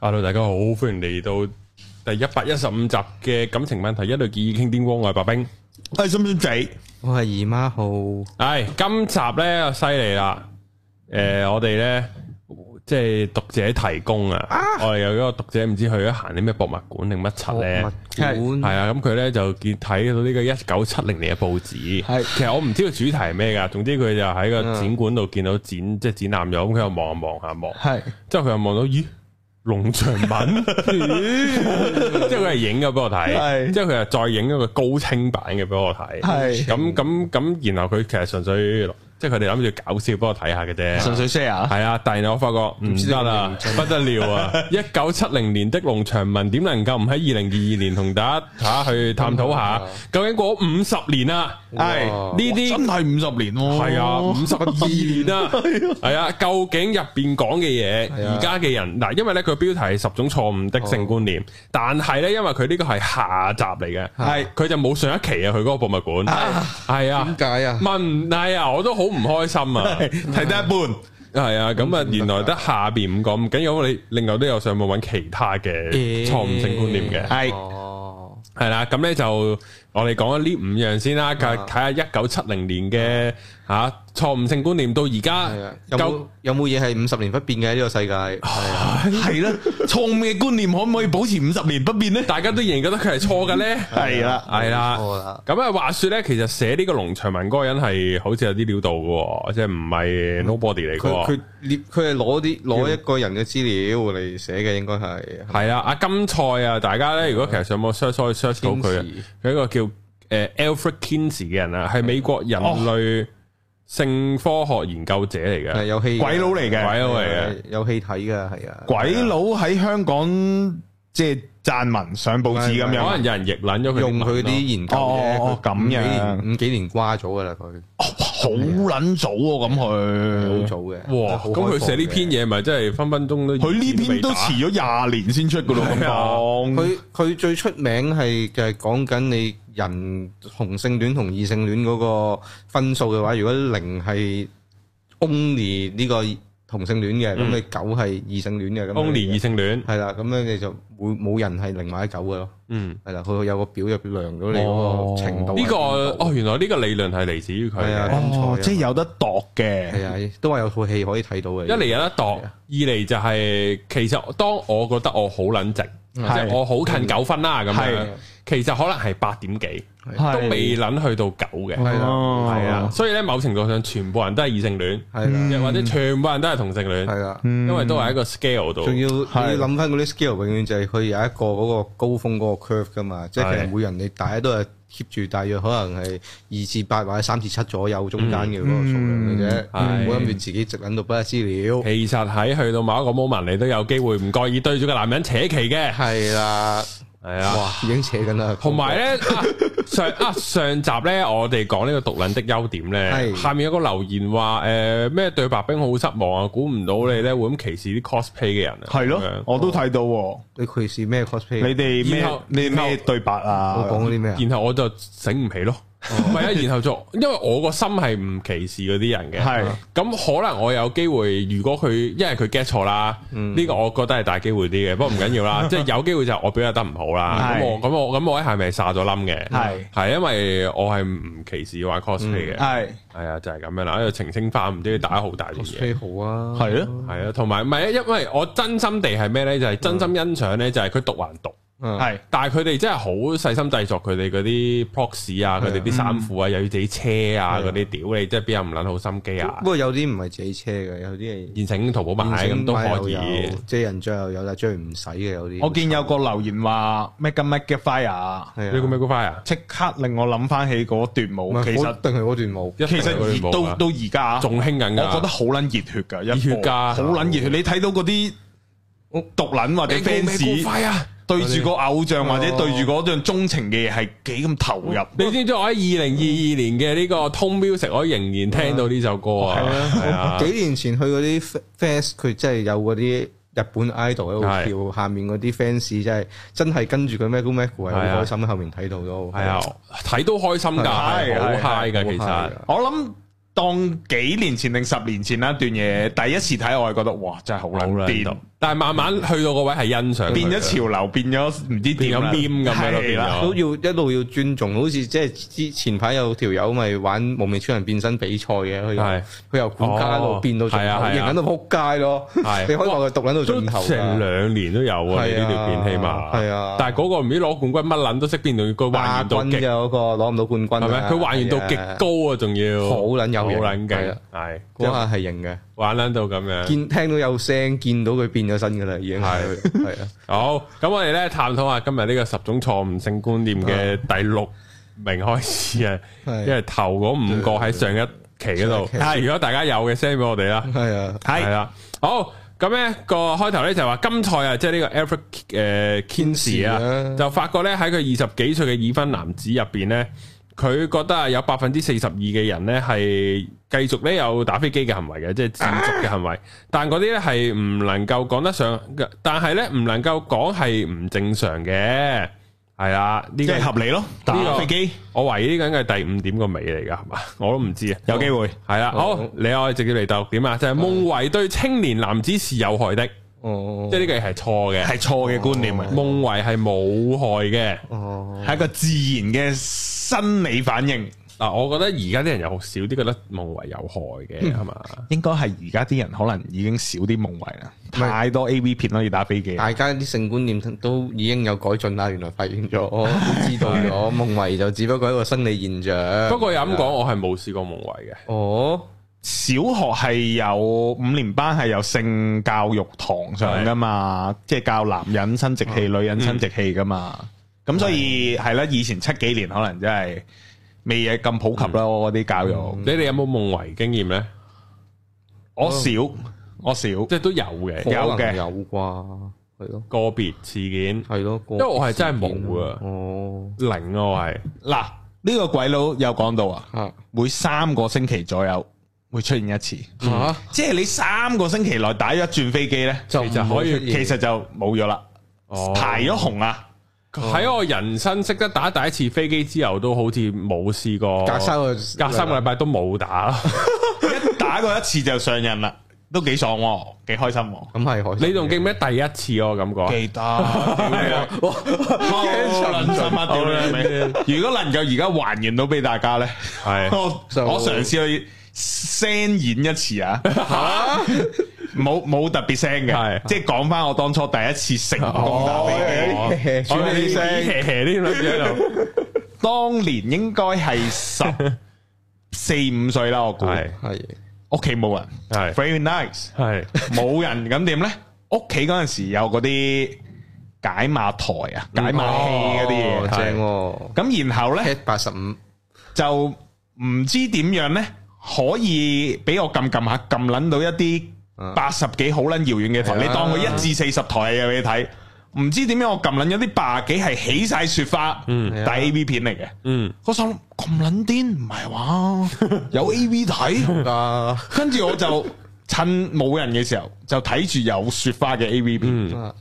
Hello，大家好，歡迎嚟到第一百一十五集嘅感情問題一律建議傾天光，我係白冰。系心心仔，我係姨媽號，唉，今集咧犀利啦！诶、我哋咧即係讀者提供啊，我哋有一個讀者唔知去咗行啲咩博物館定乜柒咧。博物係館啊，咁佢咧就見睇到呢個一九七零年嘅報紙，係其實我唔知個主題係咩㗎，總之佢就喺個展館度見到展，即係展覽咗，咁佢又望望下望，系之後佢又望到，咦，農場文，即係佢係影咗俾我睇，係之後佢又再影咗個高清版嘅俾我睇，係咁咁咁，然後佢其實純粹即係佢哋諗住搞笑俾我睇下嘅啫，纯粹 share，係啊，但係我發覺唔得啦，不得了啊！一九七零年的農場文點能夠唔喺二零二二年同大家吓去探討下，究竟過五十年啊，系哇呢呢啲真系五十年咯，係啊，五十二年啦，係啊，究竟入边講嘅嘢，係啊而家嘅人嗱，因為咧佢標題係十種錯誤的性觀念，但係咧因為佢呢個係下集嚟嘅，係佢就冇上一期啊，佢嗰個博物館係啊點，解啊？問係啊，我都好唔開心啊，睇得一半，係啊，咁啊，原來得下边五個唔緊要，我哋另外都有上網揾其他嘅咦錯誤性觀念嘅。係哦，系啦，咁咧就我哋講咗呢五樣先啦，啊睇睇下一九七零年嘅吓錯誤性觀念到而家係啊，有夠冇有冇嘢係五十年不變嘅呢個世界？係啊，系啦，错误嘅观念可唔可以保持五十年不变呢？大家都仍然覺得佢係錯嘅咧， 係啦係啦冇啊錯啦，咁啊話说咧，其實寫呢個農場文嗰個人係好似有啲料到嘅喎，即係唔係 nobody 嚟嗯佢嘅喎。佢列佢係攞啲攞一個人嘅資料嚟寫嘅，應該係係啦，阿金菜啊，大家咧如果其實上網 search 可以 search 到佢啊，佢一個叫诶 Alfred Kinsey 嘅人啊，係美國人哦類性科學研究者嚟係嘅，有氣鬼佬嚟嘅鬼佬嚟嘅。啊嘅，有氣體嘅係啊，鬼佬喺香港即系撰文上报纸係咁可样，能有人逆撚咗佢啊用佢啲研究哦啫，哦佢咁五樣幾年五幾年瓜咗噶啦，佢哦哇好捻早喎咁好佢，早嘅，哇！好咁開佢放寫呢嘅篇嘢，咪真係分分鐘都佢呢篇都未打迟咗廿年先出噶咯，咁講佢佢最出名係就係講緊你人同性戀同異性戀嗰個分數嘅話，如果零係 only 呢個同性戀嘅，咁嗯你九係異性戀嘅，咁 only 異性戀，係啊啦，咁樣你就冇冇人係零或者九嘅咯，嗯，係啦，佢有個表入邊量到你嗰哦個程度係呢邊個度。哦，原來呢個理論係嚟自於佢係嘅啊。哦，即系有得度嘅，係啊，都話有套戲可以睇到嘅。一嚟有得度，啊二嚟就係其實當我覺得我好撚直，即嗯係係我好近九分啦咁樣係，其實可能係八點幾，都係未撚去到九嘅。係啦哦係啊，，所以咧，某程度上，全部人都係異性戀，係啦，又或者全部人都係同性嗯係戀，啦。嗯因為都係一個 scale 度。仲要係你諗翻嗰啲 scale，永遠就係佢有一個嗰個高峰嗰個 curve 噶嘛，即係其係實每人你大家都係 keep 住大約可能係二至八或者三至七左右中間嘅嗰個數量嘅啫，嗯唔好諗住自己直揾到不得資料。其實喺去到某一個 moment，你都有機會唔覺意對住個男人扯旗嘅，係啦，係啊。哇，已經扯緊啦。同埋咧， 啊上啊上集咧，我哋講呢個獨撚的優點咧，係下面有個留言話誒咩對白冰好失望啊，估唔到你咧會咁歧視啲 cosplay 嘅人啊，系咁咯樣，我都睇到喎。你佢是咩 cosplay？你哋咩然後？你哋然咩後對白啊？我講嗰啲咩啊？然後我就醒唔起咯，唔係啊，然後就因為我個心係唔歧視嗰啲人嘅，係咁可能我有機會，如果佢因為佢 get 錯啦，呢個我覺得係大機會啲嘅，不過唔緊要啦，即係有機會就係我表達得唔好啦，係咁我咁我咁我係咪撒咗冧嘅？係嗯係因為我係唔歧視玩 cosplay 嘅，係係啊，就係咁樣啦，喺度澄清翻，唔知要打好大段嘢。 cosplay 好啊，係咯，係啊，同埋唔係啊，因為我真心地係咩咧？就係、真心欣賞咧，就係佢讀還讀。嗯，係但係佢哋真係好細心製作佢哋嗰啲 proxy 啊，佢哋啲衫褲啊，又要自己車啊，係啊嗰啲屌你，即係邊有唔撚好心機啊不？過有啲唔係自己車嘅，有啲係現成淘寶買咁都買可又以，有遮人醬又有，但係追唔使嘅有啲。我見有個留言話 Mega Mega Fire，係呢個啊，咩 g fire 啊？即刻令我諗翻起嗰段唔舞。係其我實一定係嗰段舞。一定其實有佢而冇到㗎到而家啊，仲興緊㗎，我覺得好撚熱血㗎，熱血㗎好撚熱血。你睇到嗰啲獨撚或者 fans 快啊！對住個偶像或者對住嗰段鍾情嘅嘢係幾咁投入。你知唔知我喺二零二二年嘅呢個 t o m Music，我仍然聽到呢首歌啊，係啊，幾年前去嗰啲 fans，佢真係有嗰啲日本係 idol 喺度跳，下面嗰啲 fans 真係真係跟住佢 Magu Magu 係係啊好開心，後面睇到都係啊，睇都開心㗎，係係啊係好 high 㗎，好其實 high 㗎。我諗當幾年前定十年前啦，段嘢第一次睇我係覺得哇，真係好好撚撚癲到，但係慢慢去到個位係欣賞佢嘅，變咗潮流，變咗唔知變點咗 meme 咁樣咯，係變啦，都咗。要一路要尊重，好似即係之前排有條友咪玩無面超人變身比賽嘅，佢由係佢由古家一路變到哦盡係啊係頭，啊型緊到撲街咯。係你可以話佢毒撚到都盡頭㗎。啊成兩年都有啊！你係呢啊條片起碼係啊但係嗰個唔知攞冠軍乜撚都識變到個還亞原到軍極嘅嗰個攞唔到冠軍啊，係咪？佢還原到極係啊，高啊，仲要好撚有好型撚係勁啊，係嗰下係型嘅，玩撚到咁樣。見聽到有聲，見到佢變咗身㗎啦，已 經係係啊，好，咁我哋咧探討下今日呢個十種錯誤性觀念嘅啊第六名開始啊，係因為頭嗰五個喺上一期嗰度，啊上一期如果大家有嘅 send 俾我哋啦，係啊，係係啦，好。咁咧個開頭咧就話金賽啊，即係呢個 Alfred 誒 Kinsey 啊，啊就發覺咧喺佢二十幾歲嘅已婚男子入邊咧，佢覺得啊有百分之四十二嘅人咧係繼續咧有打飛機嘅行為嘅，即係佔足嘅行為，但嗰啲咧係唔能夠講得上，但係咧唔能夠講係唔正常嘅，係啦，呢即個係合理咯，打呢個飛機我懷疑呢個應該係第五點個尾嚟㗎，係嘛？ 我都唔知啊，有機會係啦，好，你我哋直接嚟第六點啊，就係夢為對青年男子是有害的，即哦，係呢個係錯嘅，係錯嘅觀念啊，夢為係冇害嘅。哦，係一個自然嘅生理反應，嗱，我覺得而家啲人有少啲覺得夢為有害嘅，係嘛？應該係而家啲人可能已經少啲夢遺啦，太多 A V 片可以打飛機，大家啲性觀念都已經有改進啦，原來發 現咗，知道咗，夢遺就只不過一個生理現象。不過又咁講，我係冇試過夢為嘅，哦，小學係有五年班係有性教育堂上噶嘛，即係教男人生殖器、女人生殖器噶嘛。咁所以係啦，以前七幾年可能真係未嘢咁普及啦，嗰啲教育。你哋有冇夢為經驗呢？我少，我少，即係都有嘅，有嘅可能有啩，係咯，個別事件係咯，因為我係真係冇啊哦，零啊，我係嗱呢個鬼佬有講到啊，嚇每三個星期左右會出現一次，嚇即係你三個星期內打一轉飛機呢，就其實可以唔會出現其實就冇咗啦，哦排咗紅啊。喺我人生識得打第一次飛機之後，都好似冇試過隔三個隔三個禮拜都冇打啦。一打過一次就上癮啦，都幾爽喎，幾開心喎。咁係可以你仲記唔記得第一次我感覺？記得，係啊，好撚心啊！屌你咪，如果能夠而家還原到俾大家咧，係我就我嘗試去聲演一次啊，冇冇特別係聲嘅，即係講翻我當初第一次成功打哦飛機，嘿嘿我我哋哋聲啲啲諗住喺度，當年應該係十 四五歲啦，我估，係係屋企冇人係，very nice。係冇人咁點咧？屋企嗰陣時有嗰啲解碼台啊、嗯解碼器嗰啲嘢哦係，正喎咁然後咧，Cat 八十五就唔知點樣咧，可以俾我撳撳下撳撚到一啲啊嗯八十幾好撚遙遠嘅台，係啊你當佢一至四十台嘅俾你睇。唔知點樣我撳撚咗啲八幾係起晒雪花，嗯但係 A V 片嚟嘅。嗯，我心諗咁撚癲唔 係話有 A V 睇，啊，跟住我就趁冇人嘅時候就睇住有雪花嘅 A V 片。嗯啊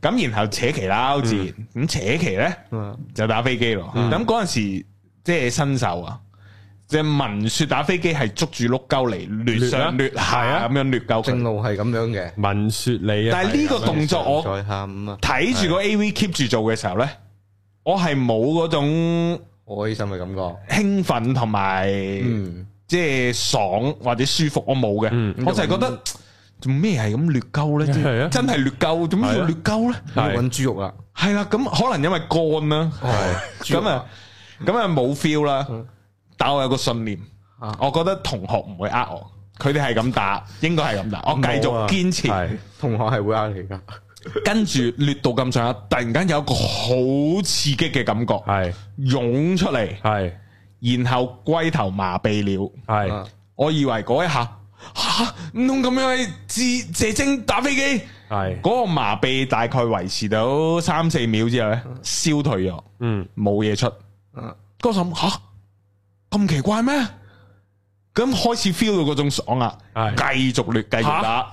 咁然後扯旗啦，好自然咁、扯旗咧啊就打飛機咯。嗯咁嗰陣時即係新手啊，即係聞説打飛機係捉住碌鳩嚟掠上掠掠啦係啊下咁樣掠鳩正佢。路係咁樣嘅，文雪你啊，但係呢個動作我在下午啊，睇住個 A V keep 住做嘅時候咧，我係冇嗰種開心嘅感覺，興奮同埋嗯，即係爽或者舒服，我冇嗯嘅。我就係覺得做咩係咁掠鳩 係咧啊？真係掠鳩，做咩係要啊掠鳩咧？要係揾豬肉啦，係啦，咁可能因為乾啦。哦豬肉咁啊，咁啊冇 feel 啦。嗯但我有個信念，啊我覺得同學唔會呃我，佢哋係咁打，應該係咁打。我繼冇續啊堅持，係同學係會呃你㗎，跟住掠到咁上下，突然間有一個好刺激嘅感覺係湧出嚟，係然後龜頭麻痹了。係啊我以為嗰一下吓唔通咁樣去自射精打飛機，係，嗰個麻痹大概維持到三四秒之後咧，消退咗，嗯冇嘢出。啊嗰陣諗吓咁奇怪咩？咁開始 feel 到嗰種爽啦，係繼續虐，繼續打，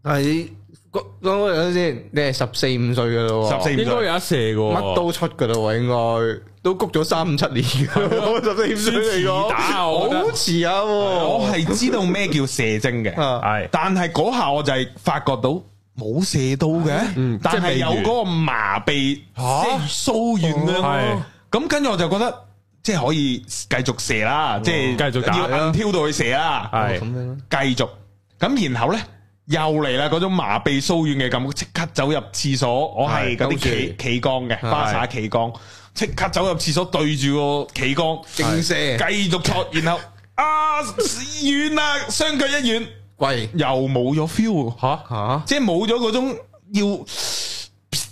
但係你講講嗰陣先，你係十四五歲㗎咯喎， 14應該有一射噶，乜都出噶啦喎，應該都谷咗三五七年㗎啦 喎，十四五歲嚟遲講，打我覺得好遲啊喎！我係知道咩叫射精嘅，啊係但係嗰下我就係發覺到冇射到嘅嗯，但即係係未有完嗰個麻痹，即係騷軟係咧。咁跟住我就覺得，即係可以繼續射啦，即係繼續打要啦硬挑到去射啦。係咁樣咯。繼續。咁然後呢，又嚟啦嗰種麻痹騷軟嘅感覺，即刻走入廁所。我係係嗰啲兜住企企缸嘅，花灑企缸，即刻走入廁所對住個企缸，勁射繼續戳，然後啊遠啦，雙腳一軟，跪又冇咗 feel，吓吓即係冇咗嗰種要，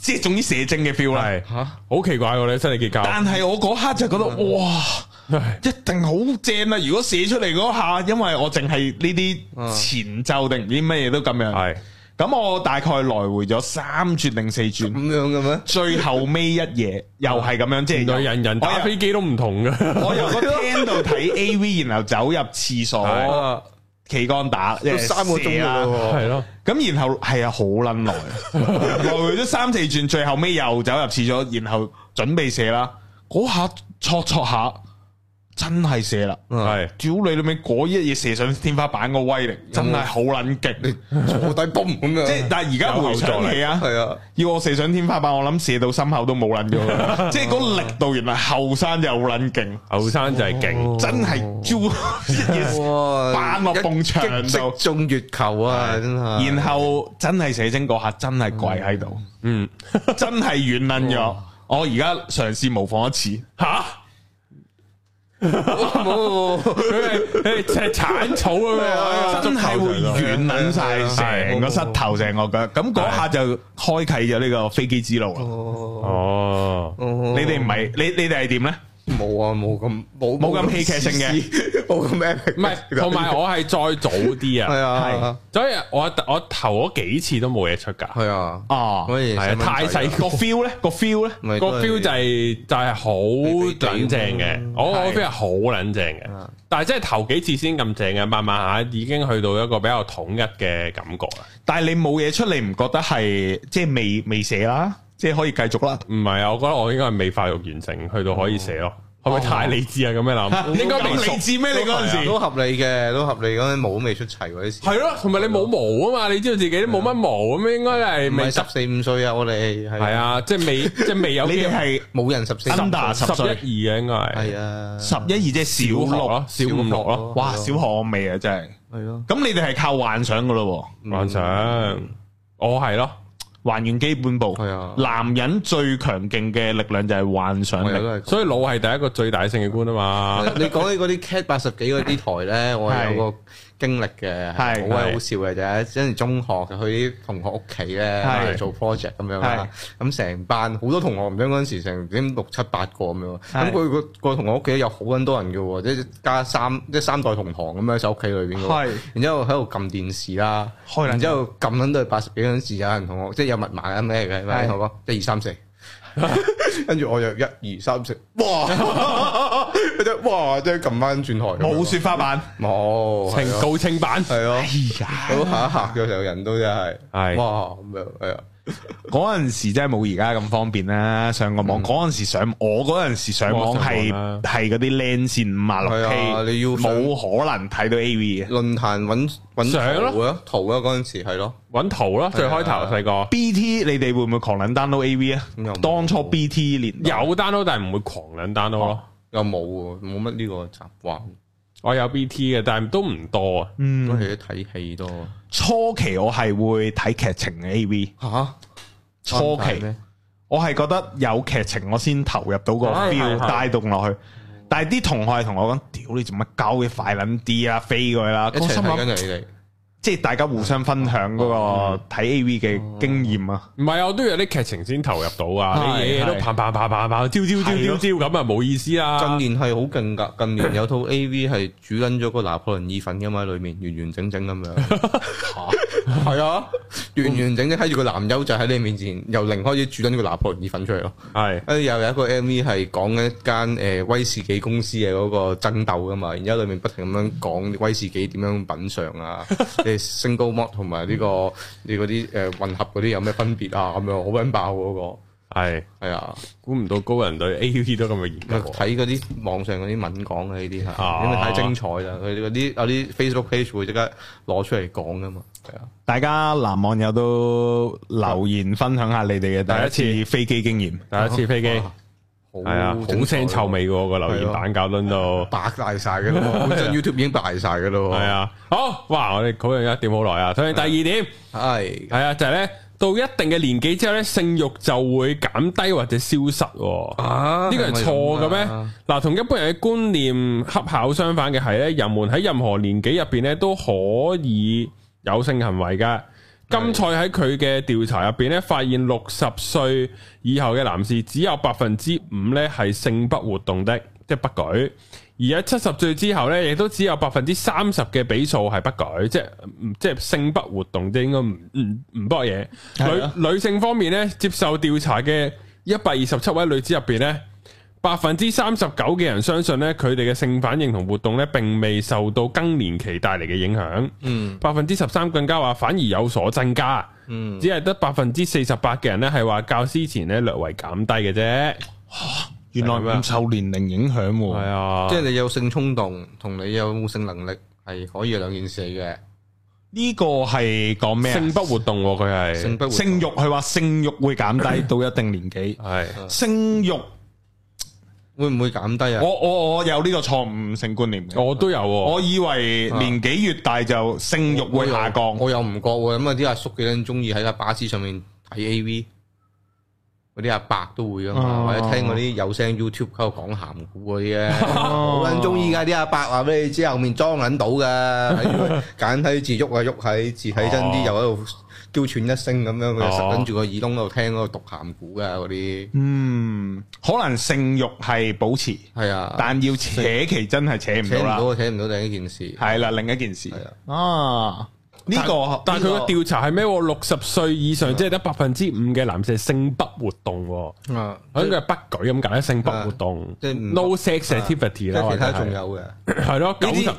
即係總之射精嘅 feel 啦。係吓，好奇怪喎！你身體結構但係我嗰刻就覺得嗯哇！係一定好正啊！如果寫出嚟嗰下，因為我淨係呢啲前奏定唔知乜嘢都咁樣，嗯係咁我大概來回咗三轉定四轉，咁樣嘅咩？最後尾一夜又係咁樣，即原來係嗯人人打飛機都唔同噶，我由個廳度睇 A V，然後走入廁所啊，企竿打，即都係三個鐘射啦噶咯係咯，咁然後係啊，好撚耐，來回咗三四轉，最後尾又走入廁所，然後準備射啦，嗰下戳戳下，真係射啦。喎，啊係屌你老味，嗰一嘢射上天花板個威力真係好撚你勁，坐低嘣咁樣，嗯即係但係而家回想起啊，係啊，要我射上天花板，我諗射到心口都冇撚咗啊啦，即係嗰力度原來後生就好撚勁，後生就係勁，真 係招一嘢，哇扮落埲牆度一擊即中月球啊，真係。然後真係射精嗰下真係跪喺度，嗯真係軟撚咗。我而家嘗試模仿一次，吓。冇冇佢係佢係隻鏟草咁樣，真係會啊軟撚哎晒成個膝頭成個腳，咁嗰下就開啟咗呢個飛機之路啦。哦哦，哦你哋唔係你你哋係點呢？冇啊，冇咁冇冇咁戲劇性嘅嘅，冇咁 epic 唔係，同埋我係再早啲係啊，啊所以我我頭嗰幾次都冇嘢出㗎，係啊，啊，所以係啊，太細個 feel 咧，個 feel 咧，咪都個係 feel 就係就係好撚正嘅，我我係 feel 係好撚正嘅啊，但係真係頭幾次先咁正嘅，慢慢下已經去到一個比較統一嘅感覺啦。但係你冇嘢出嚟，唔覺得係即係未未寫啦，即係可以繼續啦。唔係啊，我覺得我應該係未發育完成，去到可以寫咯，係咪太理智啊？咁樣諗，應該未咁理智咩？你嗰陣時都合理嘅，都合理嗰陣冇未出齊嗰啲時，係咯，同埋你冇毛啊嘛，你知道自己都冇乜毛咁，應該係唔未係執十四五歲啊，我哋係係啊，即係未即係未有啊你哋係冇人十四 under 十歲十一二啊，應該係係啊，十一二即係小小學六啊咯，，小五六啊咯，哇！小學我未啊，真係。係咯，咁你哋係靠幻想噶咯嗯幻想我哦係咯，喎，還原基本步。係啊男人最強勁嘅力量就係幻想我哋都力。係咁。所以腦係第一個最大性器官啊嘛， 你講起嗰啲 cat 八十幾嗰啲台咧，我係有個經歷嘅，係好鬼好笑嘅啫。嗰陣中學就去啲同學屋企咧係我哋做 project 咁樣啦，咁成班好多同學唔知嗰陣時成點六七八個咁樣喎，係咁佢個個同學屋企有好撚多人嘅喎，即係加三即係三代同堂咁樣喺屋企裏邊嘅喎係。然之後喺度撳電視啦，開冷然之後撳撚到八十幾嗰陣時，有人同我即係有密碼咁咩嘅，咪係同我講一二 三四。跟住我就一二三四，哇！佢就哇，即係撳翻轉台，冇雪花板。冇，係情咯，高清版係咯，哎呀，好下一下嘅時候人都真係，係哇咁樣，係啊，嗰陣時真係冇而家咁方便啦，上個網。嗰陣時上我嗰陣時上嗯我網係上網啦係嗰啲 LAN 線五啊六係啊 K，你要上冇可能睇到 A V 嘅。論壇揾相揾咯圖啊，圖啊嗰陣時係咯，揾圖咯，最開頭係啊細個 BT 你哋會唔會狂撚 download AV 啊咁又？冇當初 BT 年代有 download 但係唔會狂撚 download 咯，又冇喎，冇乜呢個習慣，我有 BT 嘅，但係都唔多啊，嗯都係睇戲多。初期我係會睇劇情嘅 AV，吓，安初排期咩我係覺得有劇情我先投入到個係係 feel 係帶動落去。但係啲同學係同我講：屌你做乜鳩嘅快撚啲啊，飛佢啦！一我齊心睇緊諗啊你哋，即係大家互相分享嗰哦個睇 AV 嘅經驗啊。唔係啊，我都有啲劇情先投入到啊，係你嘢嘢都係啪啪啪啪啪，招招招係招咯招咁啊，冇意思近啊，年係好勁㗎，近年有套 A V 係煮撚咗個拿破崙意粉㗎嘛，裏面完完整整 咁樣。係啊，完完整整睇住個男優就喺你面前，由零開始煮緊個拿破崙意粉出嚟咯。係跟住又有一個 M V 係講緊一間誒威士忌公司嘅嗰個爭鬥噶嘛，然之後裡面不停咁樣講威士忌點樣品嚐 啊，你 single malt 同埋呢個你嗰啲誒混合嗰啲有咩分別啊咁樣，好撚爆嗰個。系係啊，估唔到高人對 A V 都咁嘅研咪究喎，睇嗰啲網上嗰啲文講嘅呢啲啊係，因為太精彩啦。佢哋嗰啲有啲 Facebook page 會即刻攞出嚟講噶嘛。係啊，大家男網友都留言分享下你哋嘅第第一次飛機經驗。第一次飛機哇好係啊，好精彩腥臭味嘅喎個留言板搞攆到。白大晒 嘅咯，本身 YouTube 已經白晒嘅咯。系，啊，好，哇！我哋討論咗一點好耐啊，所以第二點係係啊，就係咧到一定嘅年紀之後咧，性欲就會減低或者消失喎。啊呢個係錯嘅咩？嗱，同一般人嘅觀念恰巧相反嘅係咧，人們喺任何年紀入邊咧都可以有性行為噶。金賽喺佢嘅調查入邊咧，發現六十歲以後嘅男士只有百分之五咧係性不活動的，即係不舉。而喺七十歲之後咧，亦都只有百分之三十嘅比數係不舉，即係唔即係性不活動，即係應該唔唔唔搏嘢。係啊女女性方面咧，接受調查嘅一百二十七位女子入邊咧。百分之三十九嘅人相信咧，佢哋嘅性反應同活動咧，並未受到更年期帶嚟嘅影響。嗯百分之十三更加話反而有所增加，嗯，只係得百分之四十八嘅人咧係話教師前咧略為減低嘅啫。原來唔受年齡影響係喎。啊，即係你有性衝動同你有冇性能力係可以係兩件事嚟嘅。呢個係講咩啊性？不活動喎，佢係性不活動性欲係話性欲會減低到一定年紀。係性欲，會唔會減低啊？我我我有呢個錯誤性觀念嘅。我都有喎，我以為年紀越大就性欲會下降。我又唔覺喎，咁啊啲阿叔幾撚中意喺架巴士上面睇 A V，嗰啲阿伯都會噶嘛，哦或者聽嗰啲有聲 YouTube 喺度講鹹股嗰啲咧，好好撚中意噶啲阿伯話俾你知，後面裝撚到噶，喺度簡體字喐下喐喺字睇真啲，哦又喺度嬌喘一聲咁樣，佢就哦實撚住個耳窿喺度聽嗰個讀鹹股噶嗰啲，嗯，可能性欲係保持，係啊，但要扯其真係扯唔請到唔啦到。啊，請唔到另一件事，係啦，另一件事係啊啊，呢個但係佢呢個個調查係咩喎？六十歲以上即係得百分之五嘅男士係性不活動喎，啊咁佢係不舉咁解，性不活動即係唔啊，no sex 即 activity 啦，係或其他者係仲有嘅，系咯，九十呢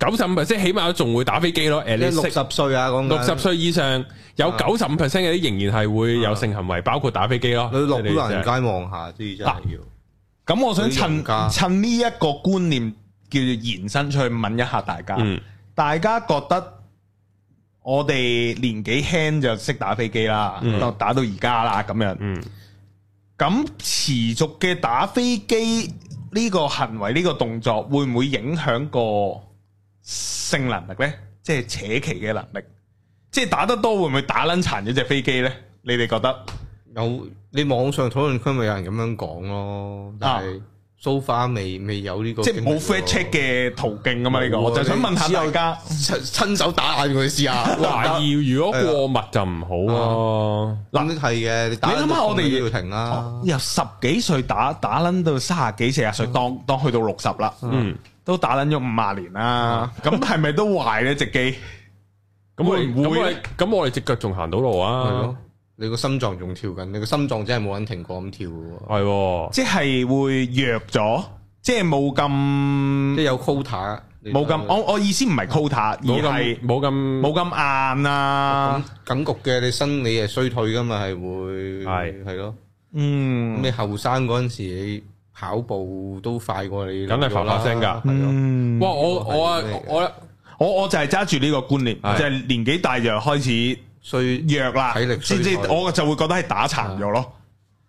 九十五 percent 起碼都仲會打飛機咯。誒，即係你六識十歲啊，講緊六十歲以上有啊九十五 percent 嘅啲仍然係會有性行為，包括打飛機咯。你落古蘭即係街望下，啲真係要。咁我想佢用趁家趁呢一個觀念叫做延伸出去問一下大家，嗯大家覺得我哋年紀輕就識打飛機啦，嗯就打到而家啦咁樣，嗯，咁持續嘅打飛機呢個行為呢、個動作會唔會影響個性能力呢？即係扯旗嘅能力，即係打得多會唔會打撚殘咗只飛機呢？你哋覺得？有你網上討論區咪有人咁樣講咯，但係 so far 未未有呢個啊即經歷係喎，冇 fact check 嘅途徑噶嘛？呢個冇啊我就想問下你只大有家。親，親手打爛佢試 下。懷疑如果過密就唔好咯。嗱都係嘅，你打你諗下我哋都要停啦，哦由十幾歲打打撚到卅幾四十歲，當當去到六十啦，嗯，都打撚咗五廿年啊啦，咁係咪都壞呢只機？咁我哋會唔會咁我哋咁我哋只腳仲行到路哦係啊咯？，你個心臟仲跳緊，你個心臟真係冇人停過咁跳嘅嗯喎，係喎，即係會弱咗，即係冇即係咁有 quota，你冇咁。哦我我意思唔係 quota，而冇係咁冇咁冇咁硬啊感。感覺嘅，你生理係衰退噶嘛，係會係係咯。咁嗯你後生嗰陣時，你跑步都快過你老梗咗啦，係發發聲㗎係咯。嗯，哇！我我啊呢個係咩嚟㗎我我我就係揸住呢個觀念，係就係年紀大就開始衰弱啦，體力衰即即退啊我就會覺得係打殘咗咯。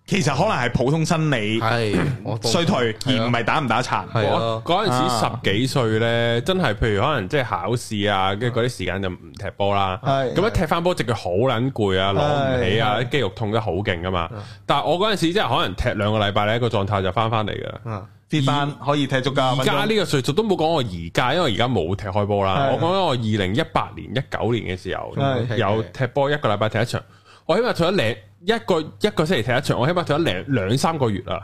其實可能係普通生理。係我當衰退，係啊而唔係打唔打殘。係我啊嗰啊陣時十幾歲咧，真係譬如可能即係考試啊，跟住嗰啲時間就唔踢波啦。係咁一踢翻波，隻腳好撚攰啊，攞唔起啊，肌肉痛得好勁噶嘛。啊但係我嗰陣時即係可能踢兩個禮拜咧，個狀態就翻翻嚟㗎啦。啊啲班可以踢足噶。而家呢個歲數都冇講我而家，因為而家冇踢開波啦。係我講緊我二零一八年、一九年嘅時候係有踢波，一個禮拜踢一場。我起碼踢咗兩一個一個星期踢一場，我起碼踢咗兩兩三個月啦。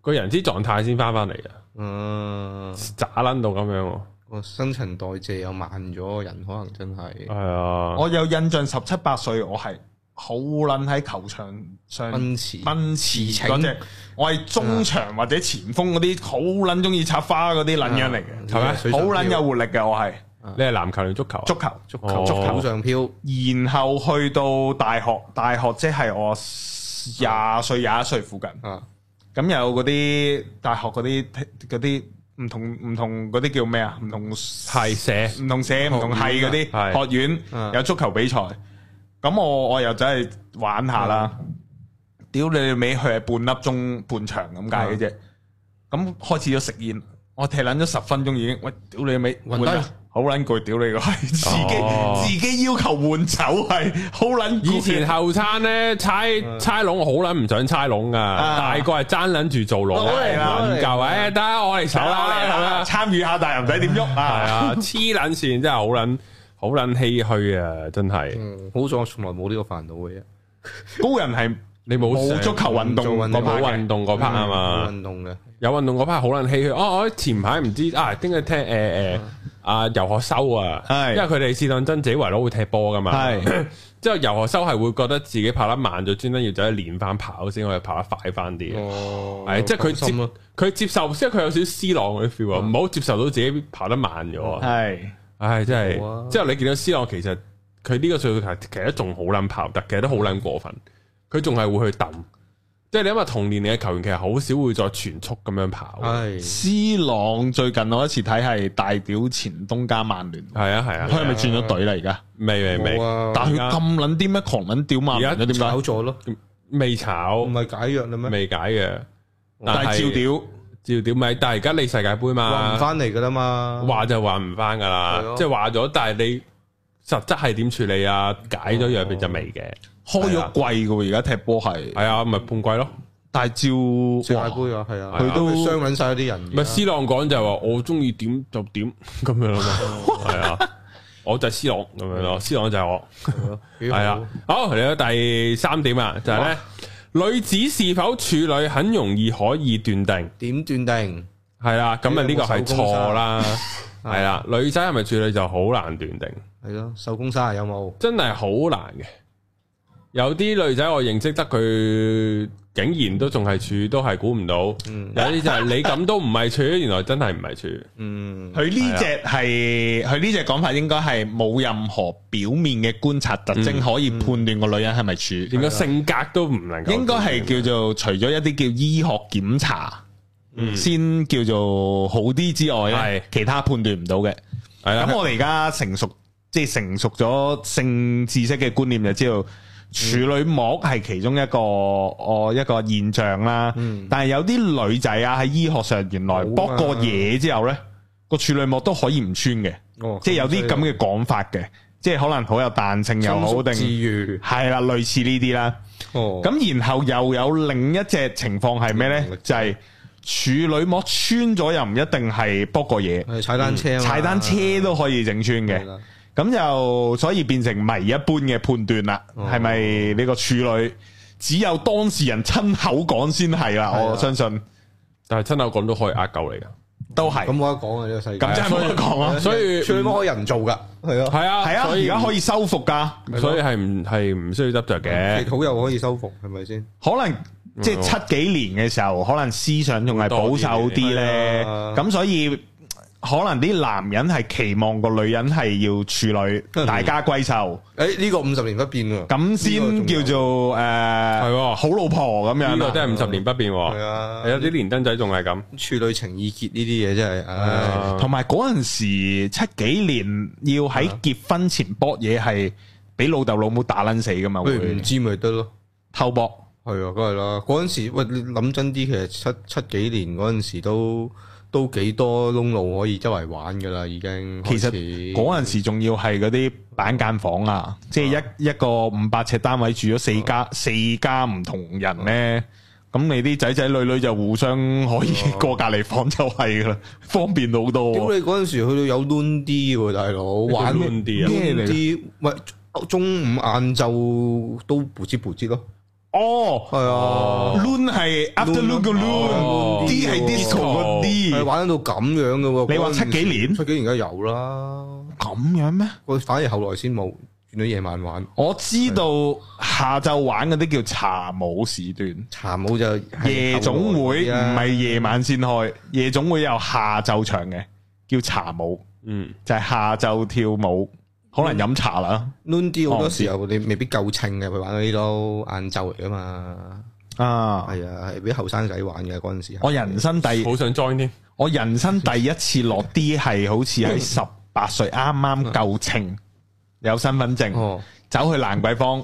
個人之狀態先翻翻嚟啊，嗯，渣撚到咁樣喎。個新陳代謝又慢咗，人可能真係係啊，我有印象十七八歲，我係好撚喺球場上奔馳奔馳馳嗰騁只，我係中場或者前鋒嗰啲，好撚中意插花嗰啲撚樣嚟嘅，係咪啊水好上哦撚有漂活力嘅我係你係籃球定足球啊？足球。足哦球足球上漂，然後去到大學，大學即係我十廿歲廿一歲附近，啊，咁有嗰啲大學嗰啲嗰啲唔同唔同嗰啲叫咩啊？唔同系社唔同社唔同系嗰係啲學院嗯有足球比賽，咁我我又走去玩下啦。屌你尾去係半粒鐘半場咁解嘅啫，咁開始咗食煙，我踢撚咗十分鐘已經，喂屌你尾暈低換啊好撚攰，屌你個閪，哦自己自己要求換酒係好撚攰以前後生咧，差嗯差籠我好撚唔想差籠噶，大個係爭撚住做籠，哎攞啊嚟啦唔夠誒，得我嚟手啦，啦，係啦，啦，參與下，但係唔使點喐係啊！ 啊，黐撚線真係好撚好撚唏噓啊，真係，嗯，好在我從來冇呢個煩惱嘅啫，高人係你冇冇足球運動做運動嗰冇 part 嘅嗯運動嗰 part 啊嘛嗯冇。運動嘅，有運動嗰 part 好撚唏噓。哦，我前排唔知啊，點解聽誒誒啊游學修啊，嗯係因為佢哋試當真自己圍佬會踢波噶嘛。係之後游學修係會覺得自己跑得慢，就專登要走去練翻跑先可以跑得快翻啲嗯嘅。哦係即係佢心咯，佢接受，即係佢有少少 C 朗嗯嗰啲 feel 啊，唔好接受到自己跑得慢咗啊。係唉，真好啊係。之後你見到 C 朗其實佢呢個歲數其實其實仲好撚跑得，其實都好撚過分。佢仲係會去揼，即係你諗下同年齡嘅球員其實好少會再全速咁樣跑。啊係 C 朗最近我一次睇係大屌前東加曼聯，係啊係啊佢，係咪轉咗隊啦而家？未未冇未，啊，但係佢咁撚啲咩狂撚屌曼聯而家咗點炒解？咗咯，未唔炒，係解約啦咩？未解嘅，嗯但係照屌，照屌咪，但係而家你世界盃話唔嘛，翻嚟噶啦嘛，話就話唔翻噶啦係，咯即係話咗，但係你實質係點處理啊？解咗約變就未嘅，哦開咗季嘅喎，而家踢波係，係啊，咪半季咯。但係世界照盃啊，係啊，佢都傷揾晒啲人咪㗎， C 朗講就係話我中意點就點 咁樣咯哦嘛，係啊，我就係 C 朗咁樣嗯咯，C 朗就係啊我。係系啦，好嚟到第三點啊，就係咧，女子是否處女很容易可以斷定。點斷定？系啦，咁啊呢個係錯啦，工係啦，女仔係咪處女就好難斷定，係咯，手工沙有冇？真係好難嘅。有啲女仔我認識得佢，竟然都仲係處，都係估唔到。嗯有啲就係你咁都唔係處，原來真係唔係處。嗯，佢呢只係佢呢只講法應該係冇任何表面嘅觀察特徵可以判斷個女人係咪處，連個性格都唔能夠。應該係叫做除咗一啲叫醫學檢查。先叫做好啲之外係咧，其他判斷唔到嘅。係 啦，咁我哋而家成熟，即係成熟咗性知識嘅觀念，就知道處女膜係其中一個哦一個現象啦。嗯但係有啲女仔啊，喺醫學上原來冇啊剝過嘢之後咧，個處女膜都可以唔穿嘅，哦即係有啲咁嘅講法嘅，即係可能好有彈性又好定自愈係啦，類似呢啲啦。哦，咁然後又有另一隻情況係咩呢？就係、處女膜穿咗又唔一定係卜過嘢，係踩單車啊嘛，踩單車都可以整穿係嘅。啦咁就所以變成迷一般嘅判斷啦，哦係咪呢個處女只有當事人親口講先係啦？係啊我相信但係親口講都可以呃鳩你噶，都係。咁冇得講啊！呢個世界咁真係冇得講啊！所以最多可以人造㗎，係咯，係啊，係啊，所而以家可以修復㗎，所以係唔係唔需要執着嘅嗯其。好又可以修復，係咪先？可能。即係七幾年嘅時候，可能思想仲係保守啲咧，係啊咁所以可能啲男人係期望個女人係要處女，嗯大家閨秀，誒呢個五十年不變喎，咁呢先個仲叫有做誒係喎好老婆咁呢樣個啦。真係五十年不變係喎，啊，有啲連登仔仲係咁。處女情意結呢啲嘢真係，唉，啊同埋嗰陣時七幾年要喺結婚前搏嘢係俾老豆老母打撚死噶嘛，不如唔會知咪得咯。偷搏。係啊，梗係啦。嗰陣時，喂，你諗真啲，其實七七幾年嗰陣時都都幾多窿路可以周圍玩噶啦，已經開其始。實嗰陣時仲要係嗰啲板間房啊，即係一一個五百尺單位住咗四家四家唔同人咧，咁你啲仔仔女女就互相可以過隔離房就係噶啦， 方便好屌多。你嗰陣時去到有 loon 啲喎，大佬玩叫 loon 啲啊咩嚟㗎啲喂中午晏晝都噗知噗知咯，哦係啊， ，loon 係 afternoon 個 loon loon，D 係 disco 個 D，係玩到咁樣嘅喎。你話嗰陣時七幾年七幾年梗係有啦，咁樣咩？我反而後來先冇，轉到夜晚玩。我知道下晝玩嗰啲叫茶舞時段，茶舞就係夜總會後來唔啊係夜晚先開，夜總會有下晝場嘅，叫茶舞。嗯，就係下晝跳舞，可能飲茶啦， noon 啲好多時候你未必夠稱嘅，佢玩嗰啲哦都晏晝嚟噶嘛。啊，係啊，係俾後生仔玩嘅嗰陣時。我人生第好想 join 添，我人生第一次落啲係好似喺十八歲啱啱夠稱，有身份證，哦，走去蘭桂坊，